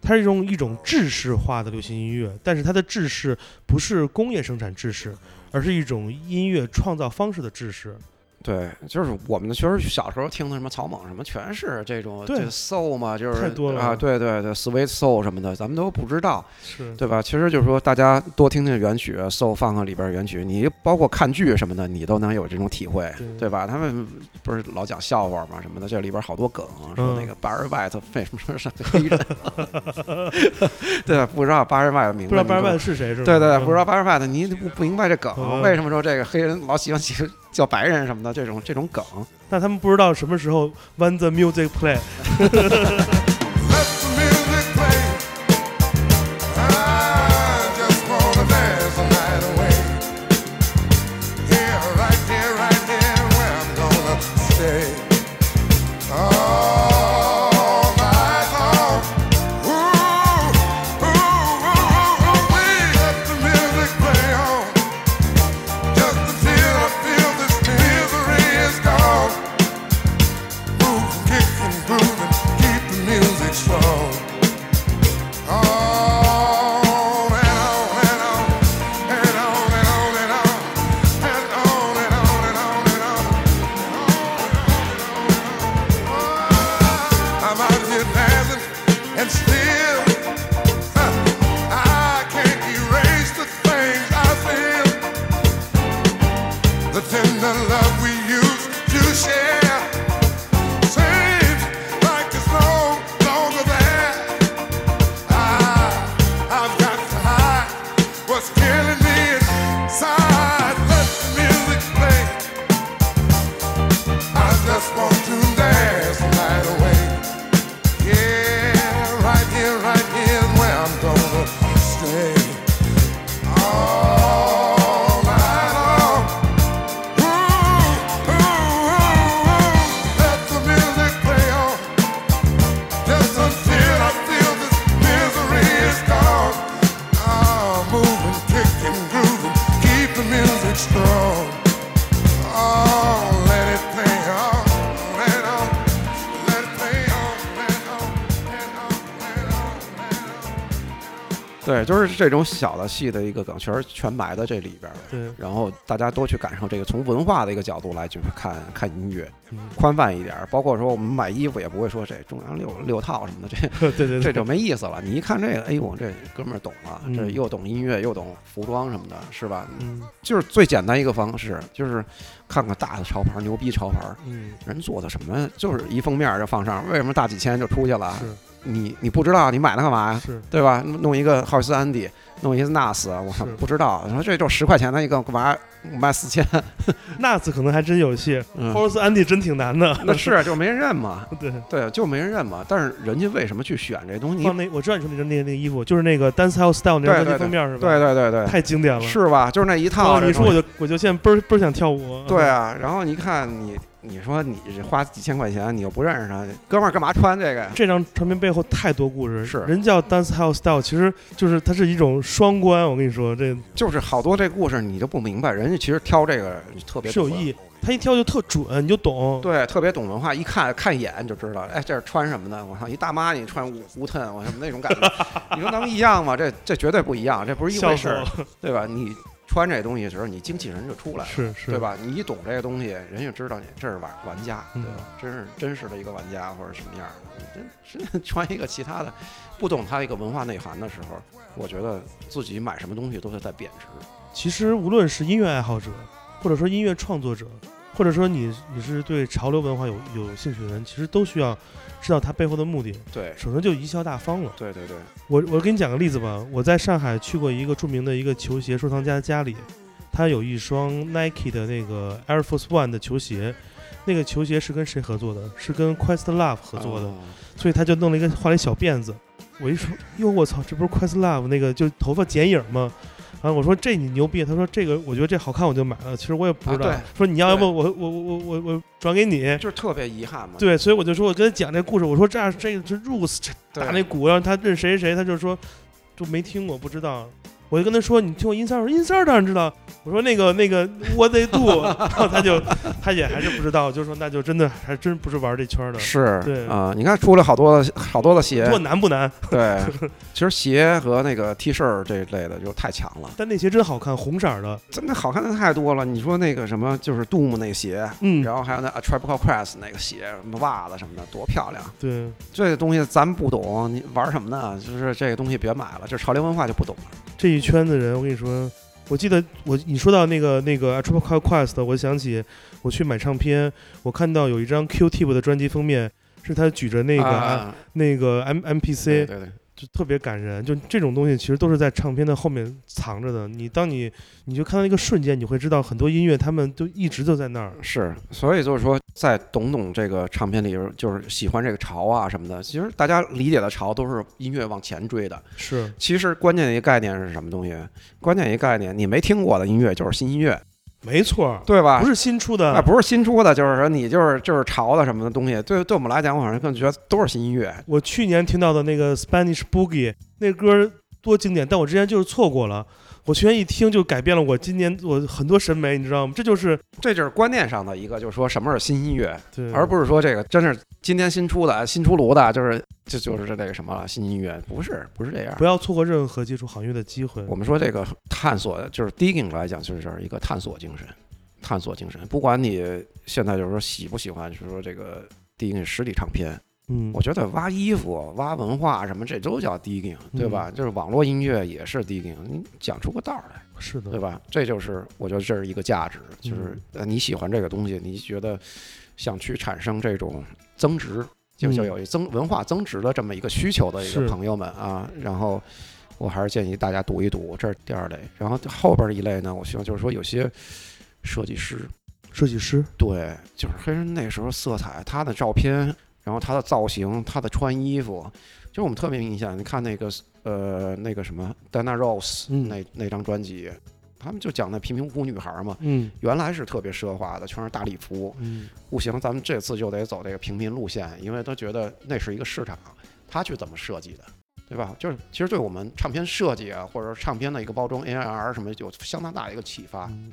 它是一种一种制式化的流行音乐，但是它的制式不是工业生产制式，而是一种音乐创造方式的制式。
对，就是我们确实小时候听的什么草蜢什么，全是这种
对
这 soul 嘛，就是
太多了嗯
啊，对对对，sweet soul 什么的，咱们都不知道，
是，
对吧？其实就是说，大家多听听原曲，soul funk 里边的原曲，你包括看剧什么的，你都能有这种体会，
对
对吧？他们不是老讲笑话嘛什么的，这里边好多梗，说
嗯
那个巴尔外特为什么是黑人， 对，不知道巴尔外的名字，
不知道八十
你说
万是谁是吧？
对对，
嗯
不知道。八十万的，你不不明白这梗，
嗯
为什么说这个黑人老喜欢起叫白人什么的这种这种梗？
那他们不知道什么时候 When the music play，
Let the music play. I just wanna dance the night away. Here, right there, right there, where I'm gonna stay. All night long. Ooh, ooh, ooh, ooh, ooh. Let the music play on. Just until I feel this misery is gone. Move, kick and groove and keep the music strong. On and on and on and on and on and on and on and on and on and on. I'm out here dancing and still huh, I can't erase the things I feel. The tender love we used to share. Seems like it's no longer there. I, I've got to hide what's killing me inside. Let the music play. I just want to dance the night away. Yeah, right here, right here, is where I'm gonna stay. All night long. Ooh, ooh, ooh, ooh. Let the music play on. Just until I feel this misery is gone. Ah, move and kick and groove and keep the music strong. Oh, let it play on, let it on, let it play on, let it on, let it on, let it on, let it on.
对，就是这种小的戏的一个梗，确实全埋在这里边了。
对，
然后大家多去感受这个，从文化的一个角度来去看看音乐，
嗯
宽泛一点儿。包括说我们买衣服也不会说这中央六六套什么的，这
对对对，
这就没意思了。你一看这个，哎呦，这哥们儿懂了，
嗯
这又懂音乐又懂服装什么的，是吧？
嗯
就是最简单一个方式，就是看看大的潮牌、牛逼潮牌，
嗯
人做的什么，就是一封面就放上，为什么大几千就出去了？啊
是，
你你不知道，你买它干嘛呀？
是
对吧？弄一个好斯安迪，弄一个 NAS，我操
是，
不知道。然后这就十块钱的一个，干嘛卖四 千？
那次可能还真有戏
嗯
，Horse Andy 真挺难的。
那是啊就没人认嘛，
对，
对，就没人认嘛。但是人家为什么去选这东西？
放那我知道你说那那那个衣服，就是那个 Dance House Style 那
对
张专
对
辑封面是吧？
对对对对，
太经典了。
是吧？就是那一套
哇，
这
你说
东
我
西。
就我就现在倍儿倍儿想跳舞。
对啊，然后你看你，你说你这花几千块钱，你又不认识他，哥们儿干嘛穿这个呀？
这张唱片背后太多故事，
是
人叫 Dance House Style，其实就是它是一种双关。我跟你说，这
就是好多这故事你就不明白，人家其实挑这个特别
是有
懂
意义，他一跳就特准，你就懂。
对，特别懂文化，一看看一眼就知道，哎，这是穿什么的？我操，一大妈你穿无无衬，我什么那种感觉，你说能一样吗？这这绝对不一样，这不是一
笑
回
死
事
我
儿，对吧？你穿这东西的时候，你精气神就出来了，
是是，
对？吧？你一懂这个东西，人家知道你这是玩玩家，
嗯
对吧？真是真实的一个玩家或者什么样的， 你真穿一个其他的，不懂他一个文化内涵的时候，我觉得自己买什么东西都是在贬值。
其实无论是音乐爱好者，或者说音乐创作者，或者说你你是对潮流文化有有兴趣的人，其实都需要知道它背后的目的。
对，
首先就贻笑大方了。
对对对，
我我给你讲个例子吧，我在上海去过一个著名的一个球鞋收藏家家里，他有一双 Nike 的那个 Air Force One 的球鞋，那个球鞋是跟谁合作的？是跟 Questlove 合作的，
嗯
所以他就弄了一个画了一小辫子。我一说，哟，我操，这不是 Questlove 那个就头发剪影吗？然后我说这你牛逼，他说这个我觉得这好看我就买了，其实我也不知道。
啊对
说你要要不
对
我我我我我转给你，
就是特别遗憾嘛。
对，所以我就说我跟他讲这故事，我说这样这个这 rules 这
对
打那鼓，让他认谁谁谁，他就说就没听过，不知道。我就跟他说：“你听过音三儿？我说音三儿当然知道。”我说：“那个那个 What they do？” 然后他就他也还是不知道，就说那就真的还真不是玩这圈儿的。
是，
对
啊、你看出了好多的好多的鞋
不，过难不难？
对，其实鞋和那个 T 恤儿这一类的就太强了，
但那鞋真好看，红色儿的。
真的好看的太多了。你说那个什么，就是 Doom 那鞋，
嗯，
然后还有那 A Tropical Quest 那个鞋，什么袜子什么的，多漂亮！
对，
这个东西咱不懂，你玩什么呢？就是这个东西别买了，这潮流文化就不懂了。
这一圈子人，我跟你说，我记得我你说到那个那个呃 Tropical Quest，我想起我去买唱片，我看到有一张 Q-Tip 的专辑封面，是他举着那个、
啊
那个 M M P
对
C，
对对，
就特别感人。就这种东西其实都是在唱片的后面藏着的。你当你你就看到一个瞬间，你会知道很多音乐他们就一直都在那儿。
是，所以就是说，在懂懂这个唱片里边，就是喜欢这个潮啊什么的。其实大家理解的潮都是音乐往前追的，
是
其实关键一个概念是什么东西？关键一个概念，你没听过的音乐就是新音乐，
没错，
对吧？
不是新出的。
啊，不是新出的，就是说你就是就是潮的什么的东西。对，对我们来讲，我好像更觉得都是新音乐。
我去年听到的那个 Spanish Boogie 那歌多经典，但我之前就是错过了。我去年一听就改变了我今年我很多审美，你知道吗？这就是
这就是观念上的一个，就是说什么是新音乐，
对，
而不是说这个真是今天新出的、新出炉的，就是这就是这个什么了新音乐，不是不是这样
不。要错过任何接触行业的机会。
我们说这个探索，就是 digging 来讲，就是一个探索精神，探索精神。不管你现在就是说喜不喜欢，就是说这个 digging 实体唱片，
嗯
我，觉得挖衣服、挖文化什么，这都叫 digging，对吧？
嗯
就是网络音乐也是 digging，你讲出个道儿来，
是
对
的，
吧？这就是我觉得这是一个价值，就是
嗯
呃你喜欢这个东西，你觉得想去产生这种增值，就
嗯
就有一增文化增值的这么一个需求的一
是
个朋友们啊，然后。我还是建议大家读一读，这是第二类。然后后边一类呢，我希望就是说有些设计师，
设计师
对，就是黑人那时候色彩，他的照片，然后他的造型，他的穿衣服，就是我们特别明显。你看那个呃那个什么 Dana Rose、
嗯
那那张专辑，他们就讲那贫民窟女孩嘛，
嗯
原来是特别奢华的，全是大礼服，
嗯，
不行，咱们这次就得走这个平民路线，因为他觉得那是一个市场，他去怎么设计的。对吧？就是其实对我们唱片设计啊，或者说唱片的一个包装 AIR 什么，有相当大的一个启发。
嗯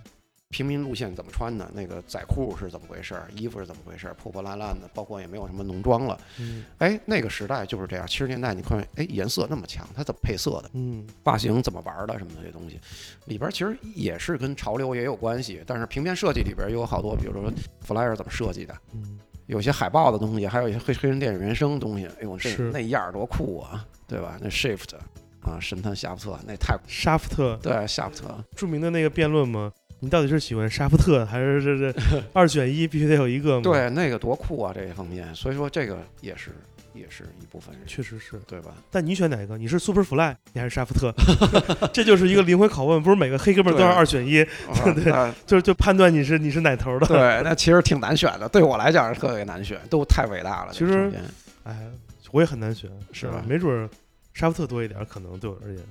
平民路线怎么穿的，那个仔裤是怎么回事儿，衣服是怎么回事儿，破破烂烂的，包括也没有什么浓妆了。
嗯
哎，那个时代就是这样，七十年代你看，哎，颜色那么强，它怎么配色的，
嗯，
发型怎么玩的，什么这些东西，里边其实也是跟潮流也有关系，但是平面设计里边也有好多，比如说 flyer 怎么设计的，
嗯，
有些海报的东西，还有一些黑黑人电影原声东西，哎呦，这
是
那样儿多酷啊，对吧？那 shift 啊，神探夏普特那太
沙夫特
对啊夏普特，
著名的那个辩论吗？你到底是喜欢沙夫特还是 这这二选一必须得有一个吗？，
对，那个多酷啊！这一方面，所以说这个也是也是一部分人，
确实是。
对吧？
但你选哪个？你是 Superfly，你还是沙福特？ 这就是一个灵魂拷问，不是每个黑哥们儿都是
对
二选一，
啊
对
那
就是就判断你是你是哪 头的。
对，那其实挺难选的，对我来讲是特别难选，都太伟大了。
其
这个
实
中间
哎，我也很难选，
是
啊
吧
没准儿沙福特多一点儿，可能对我而言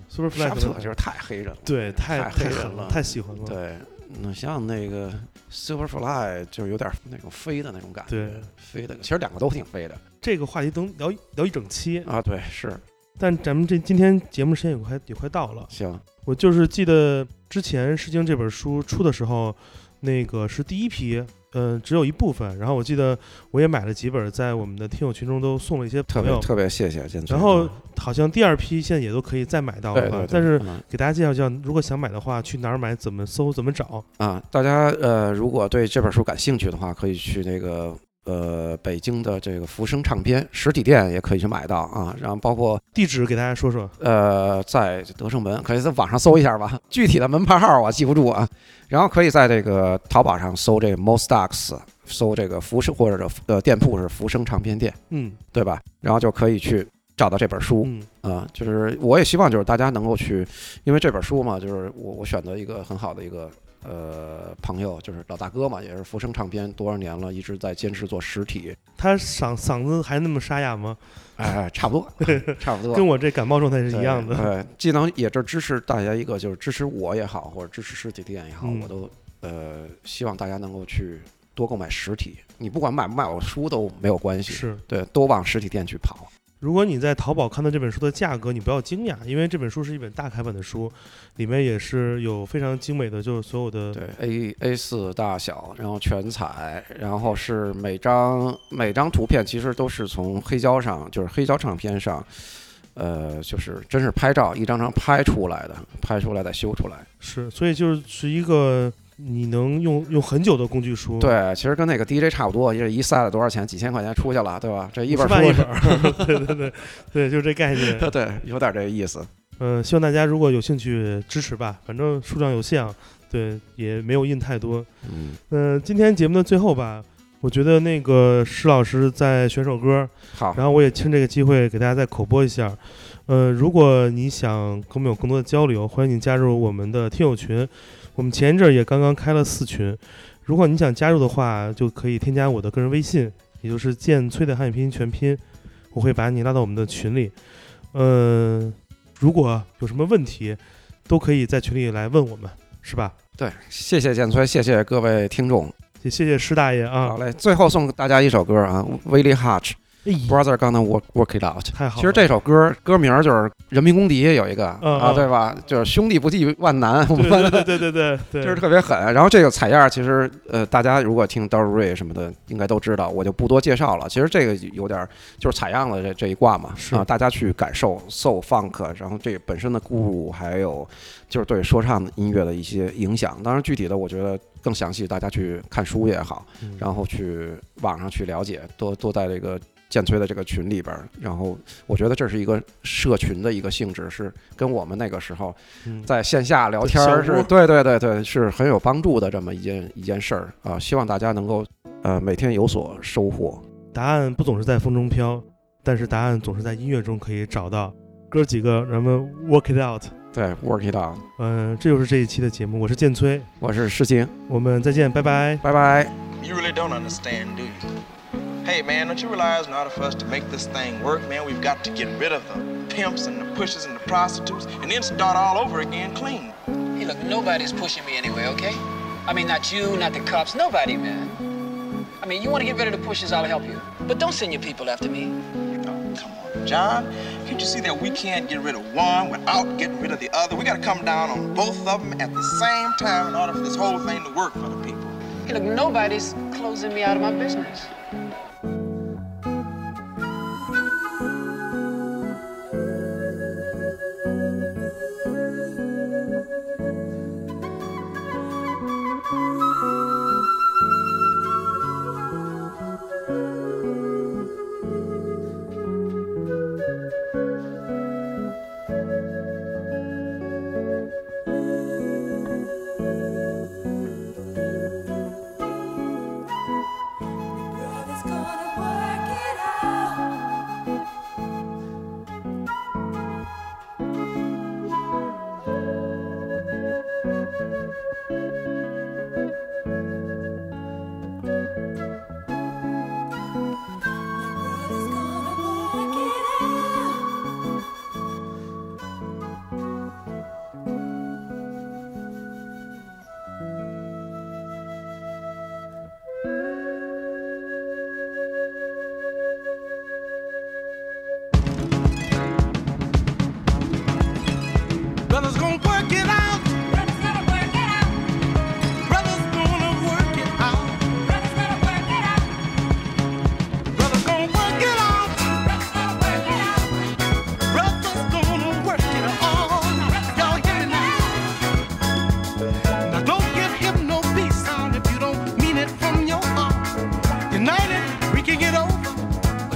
沙
，Superfly 可
普
能
特
嗯
就是太黑人了。
对太
太黑
狠
人了嗯
太喜欢了。
对，那像那个 Superfly 就有点那种飞的那种感觉，
对
飞的，其实两个都挺飞的
这个话题能聊一聊一整期，
啊。对，是
但咱们这今天节目时间也快也快到了。
行，
我就是记得之前《诗经》这本书出的时候，那个是第一批，嗯、只有一部分。然后我记得我也买了几本，在我们的听友群中都送了一些
特
朋
别
友。
特别谢谢建崔。
然后好像第二批现在也都可以再买到
对
了
对
吧
对，？
但是
嗯
给大家介绍一下，如果想买的话，去哪儿买，怎么搜，怎么找。
啊，大家呃，如果对这本书感兴趣的话，可以去那个呃北京的这个福生唱片实体店也可以去买到啊。然后包括
地址给大家说说，
呃，在德胜门可以在网上搜一下吧，具体的门牌号我记不住啊。然后可以在这个淘宝上搜这个 Mostax，搜这个福生或者呃店铺是福生唱片店，
嗯
对吧？然后就可以去找到这本书
嗯，
啊、就是我也希望就是大家能够去，因为这本书嘛，就是我我选择一个很好的一个。呃，朋友就是老大哥嘛，也是福生唱片多少年了，一直在坚持做实体，
他嗓嗓子还那么沙哑吗？
哎，差不多， 差不多，
跟我这感冒状态是一
对
样的。
对，技能也是支持大家一个，就是支持我也好，或者支持实体店也好，
嗯
我都呃希望大家能够去多购买实体。你不管买不买我书都没有关系，
是，
对，都往实体店去跑。
如果你在淘宝看到这本书的价格，你不要惊讶，因为这本书是一本大开本的书，里面也是有非常精美的，就是所有的
对，A A 四大小，然后全彩，然后是每张每张图片其实都是从黑胶上，就是黑胶唱片上。呃，就是真是拍照，一张张拍出来的，拍出来再修出来。
是，所以就是是一个你能用用很久的工具书，，
对，其实跟那个 DJ 差不多，也是一塞了多少钱，几千块钱出去了，对吧？这一本
十
书
万一本儿， 对对对对，就是这概 念。
对，有点这意思。
嗯、希望大家如果有兴趣支持吧，反正数量有限啊，对，也没有印太多。
嗯，
嗯、今天节目的最后吧，我觉得那个石老师再选首歌，
好，
然后我也趁这个机会给大家再口播一下，呃，如果你想跟我们有更多的交流，欢迎你加入我们的听友群。我们前一阵儿也刚刚开了四群，如果你想加入的话，就可以添加我的个人微信，也就是剑崔的汉语拼音全拼，我会把你拉到我们的群里。呃，如果有什么问题，都可以在群里来问我们，是吧？
对，谢谢建崔，谢谢各位听众。
也谢谢施大爷啊！
好嘞，最后送大家一首歌啊，Willie Hutch
哎
Brother Gonna Work Work It Out。
太好了，
其实这首歌歌名就是《人民公敌》有一个
嗯
啊，
嗯
对吧？就是兄弟不计万难，我
对
们
对对对对对，
就是特别狠。然后这个采样儿其实呃，大家如果听 d o r y 什么的，应该都知道，我就不多介绍了。其实这个有点儿就是采样的这这一挂嘛，
是
啊，大家去感受 soul funk，然后这个本身的鼓舞，还有就是对说唱音乐的一些影响。当然，具体的我觉得更详细，大家去看书也好，
嗯
然后去网上去了解，多多在这个。建崔的这个群里边儿，然后我觉得这是一个社群的一个性质，是跟我们那个时候
嗯
在线下聊天儿
小屋
是对对对对，是很有帮助的这么一件一件事儿啊，希望大家能够呃每天有所收获。
答案不总是在风中飘，但是答案总是在音乐中可以找到。哥几个，咱们 work it out。
对，work it out，
嗯、这就是这一期的节目。我是建崔，
我是诗晴，
我们再见，拜拜。
拜拜。
You really don't understand, do you? Hey, man, don't you realize in order for us to make this thing work, man, we've got to get rid of the pimps and the pushers and the prostitutes and then start all over again clean. Oh,
Hey, look, nobody's pushing me anyway, okay? I mean, not you, not the cops, nobody, man. I mean, you want to get rid of the pushers, I'll help you. But don't send your people after me.
Oh, come on, John. Can't you see that we can't get rid of one without getting rid of the other? We got to come down on both of them at the same time in order for this whole thing to work for the people.
Hey, look, nobody's closing me out of my business.
I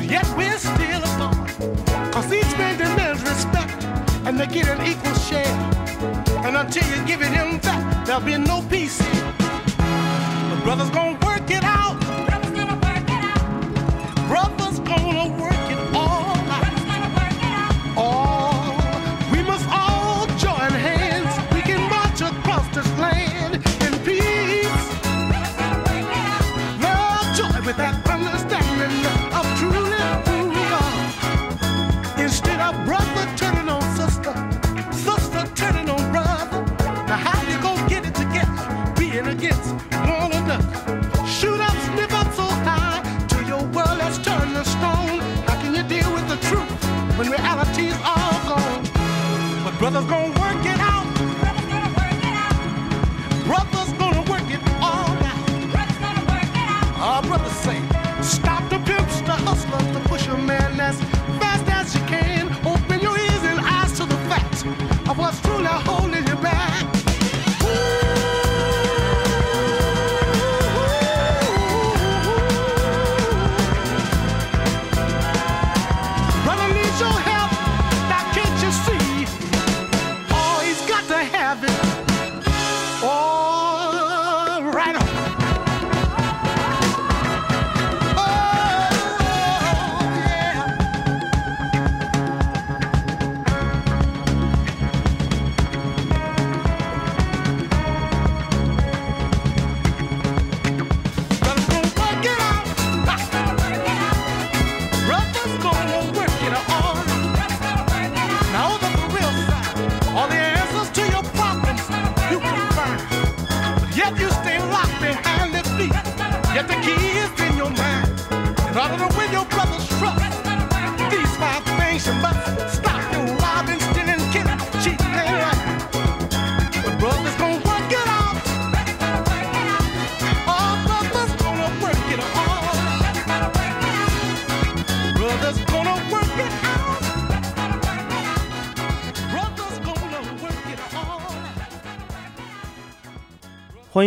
yet we're still apart. Cause each man demands respect, and they get an equal share. And until you give it him that, there'll be no peace here. The brother's gonna work it out. Brother's gonna work it all out. All we must all join hands. We can march across this land in peace. Love, joy, with that understanding of truly true love. Instead of brother turning on sister, sister turning on brother. Now how you gonna get it together? Being against one another. Shoot up, sniff up so high till your world has turned to stone. How can you deal with the truth when reality's all gone? But brother's gonna work it out. Brother's gonna work it all out. Our brothers say, stop the pimps, the hustlers, the pusherman as fast as you can. Open your ears and eyes to the facts of what's truly holding you back. Brother needs your help. Now can't you see? Oh, he's got to have it. All right on. Oh, yeah. Brothers gonna work it out. Brothers gonna work it out. Now that the real side, all the answers to your problems you can find. But yet you stay locked behind the feet. Yet the key is in your mind. In order to win your brother's trust, these five things you must stop: your robbing, stealing, killing, cheating, and lying. But brothers gonna work it out. All brothers gonna work it out. Brothers gonna work it out. Brothers gonna work it out.
欢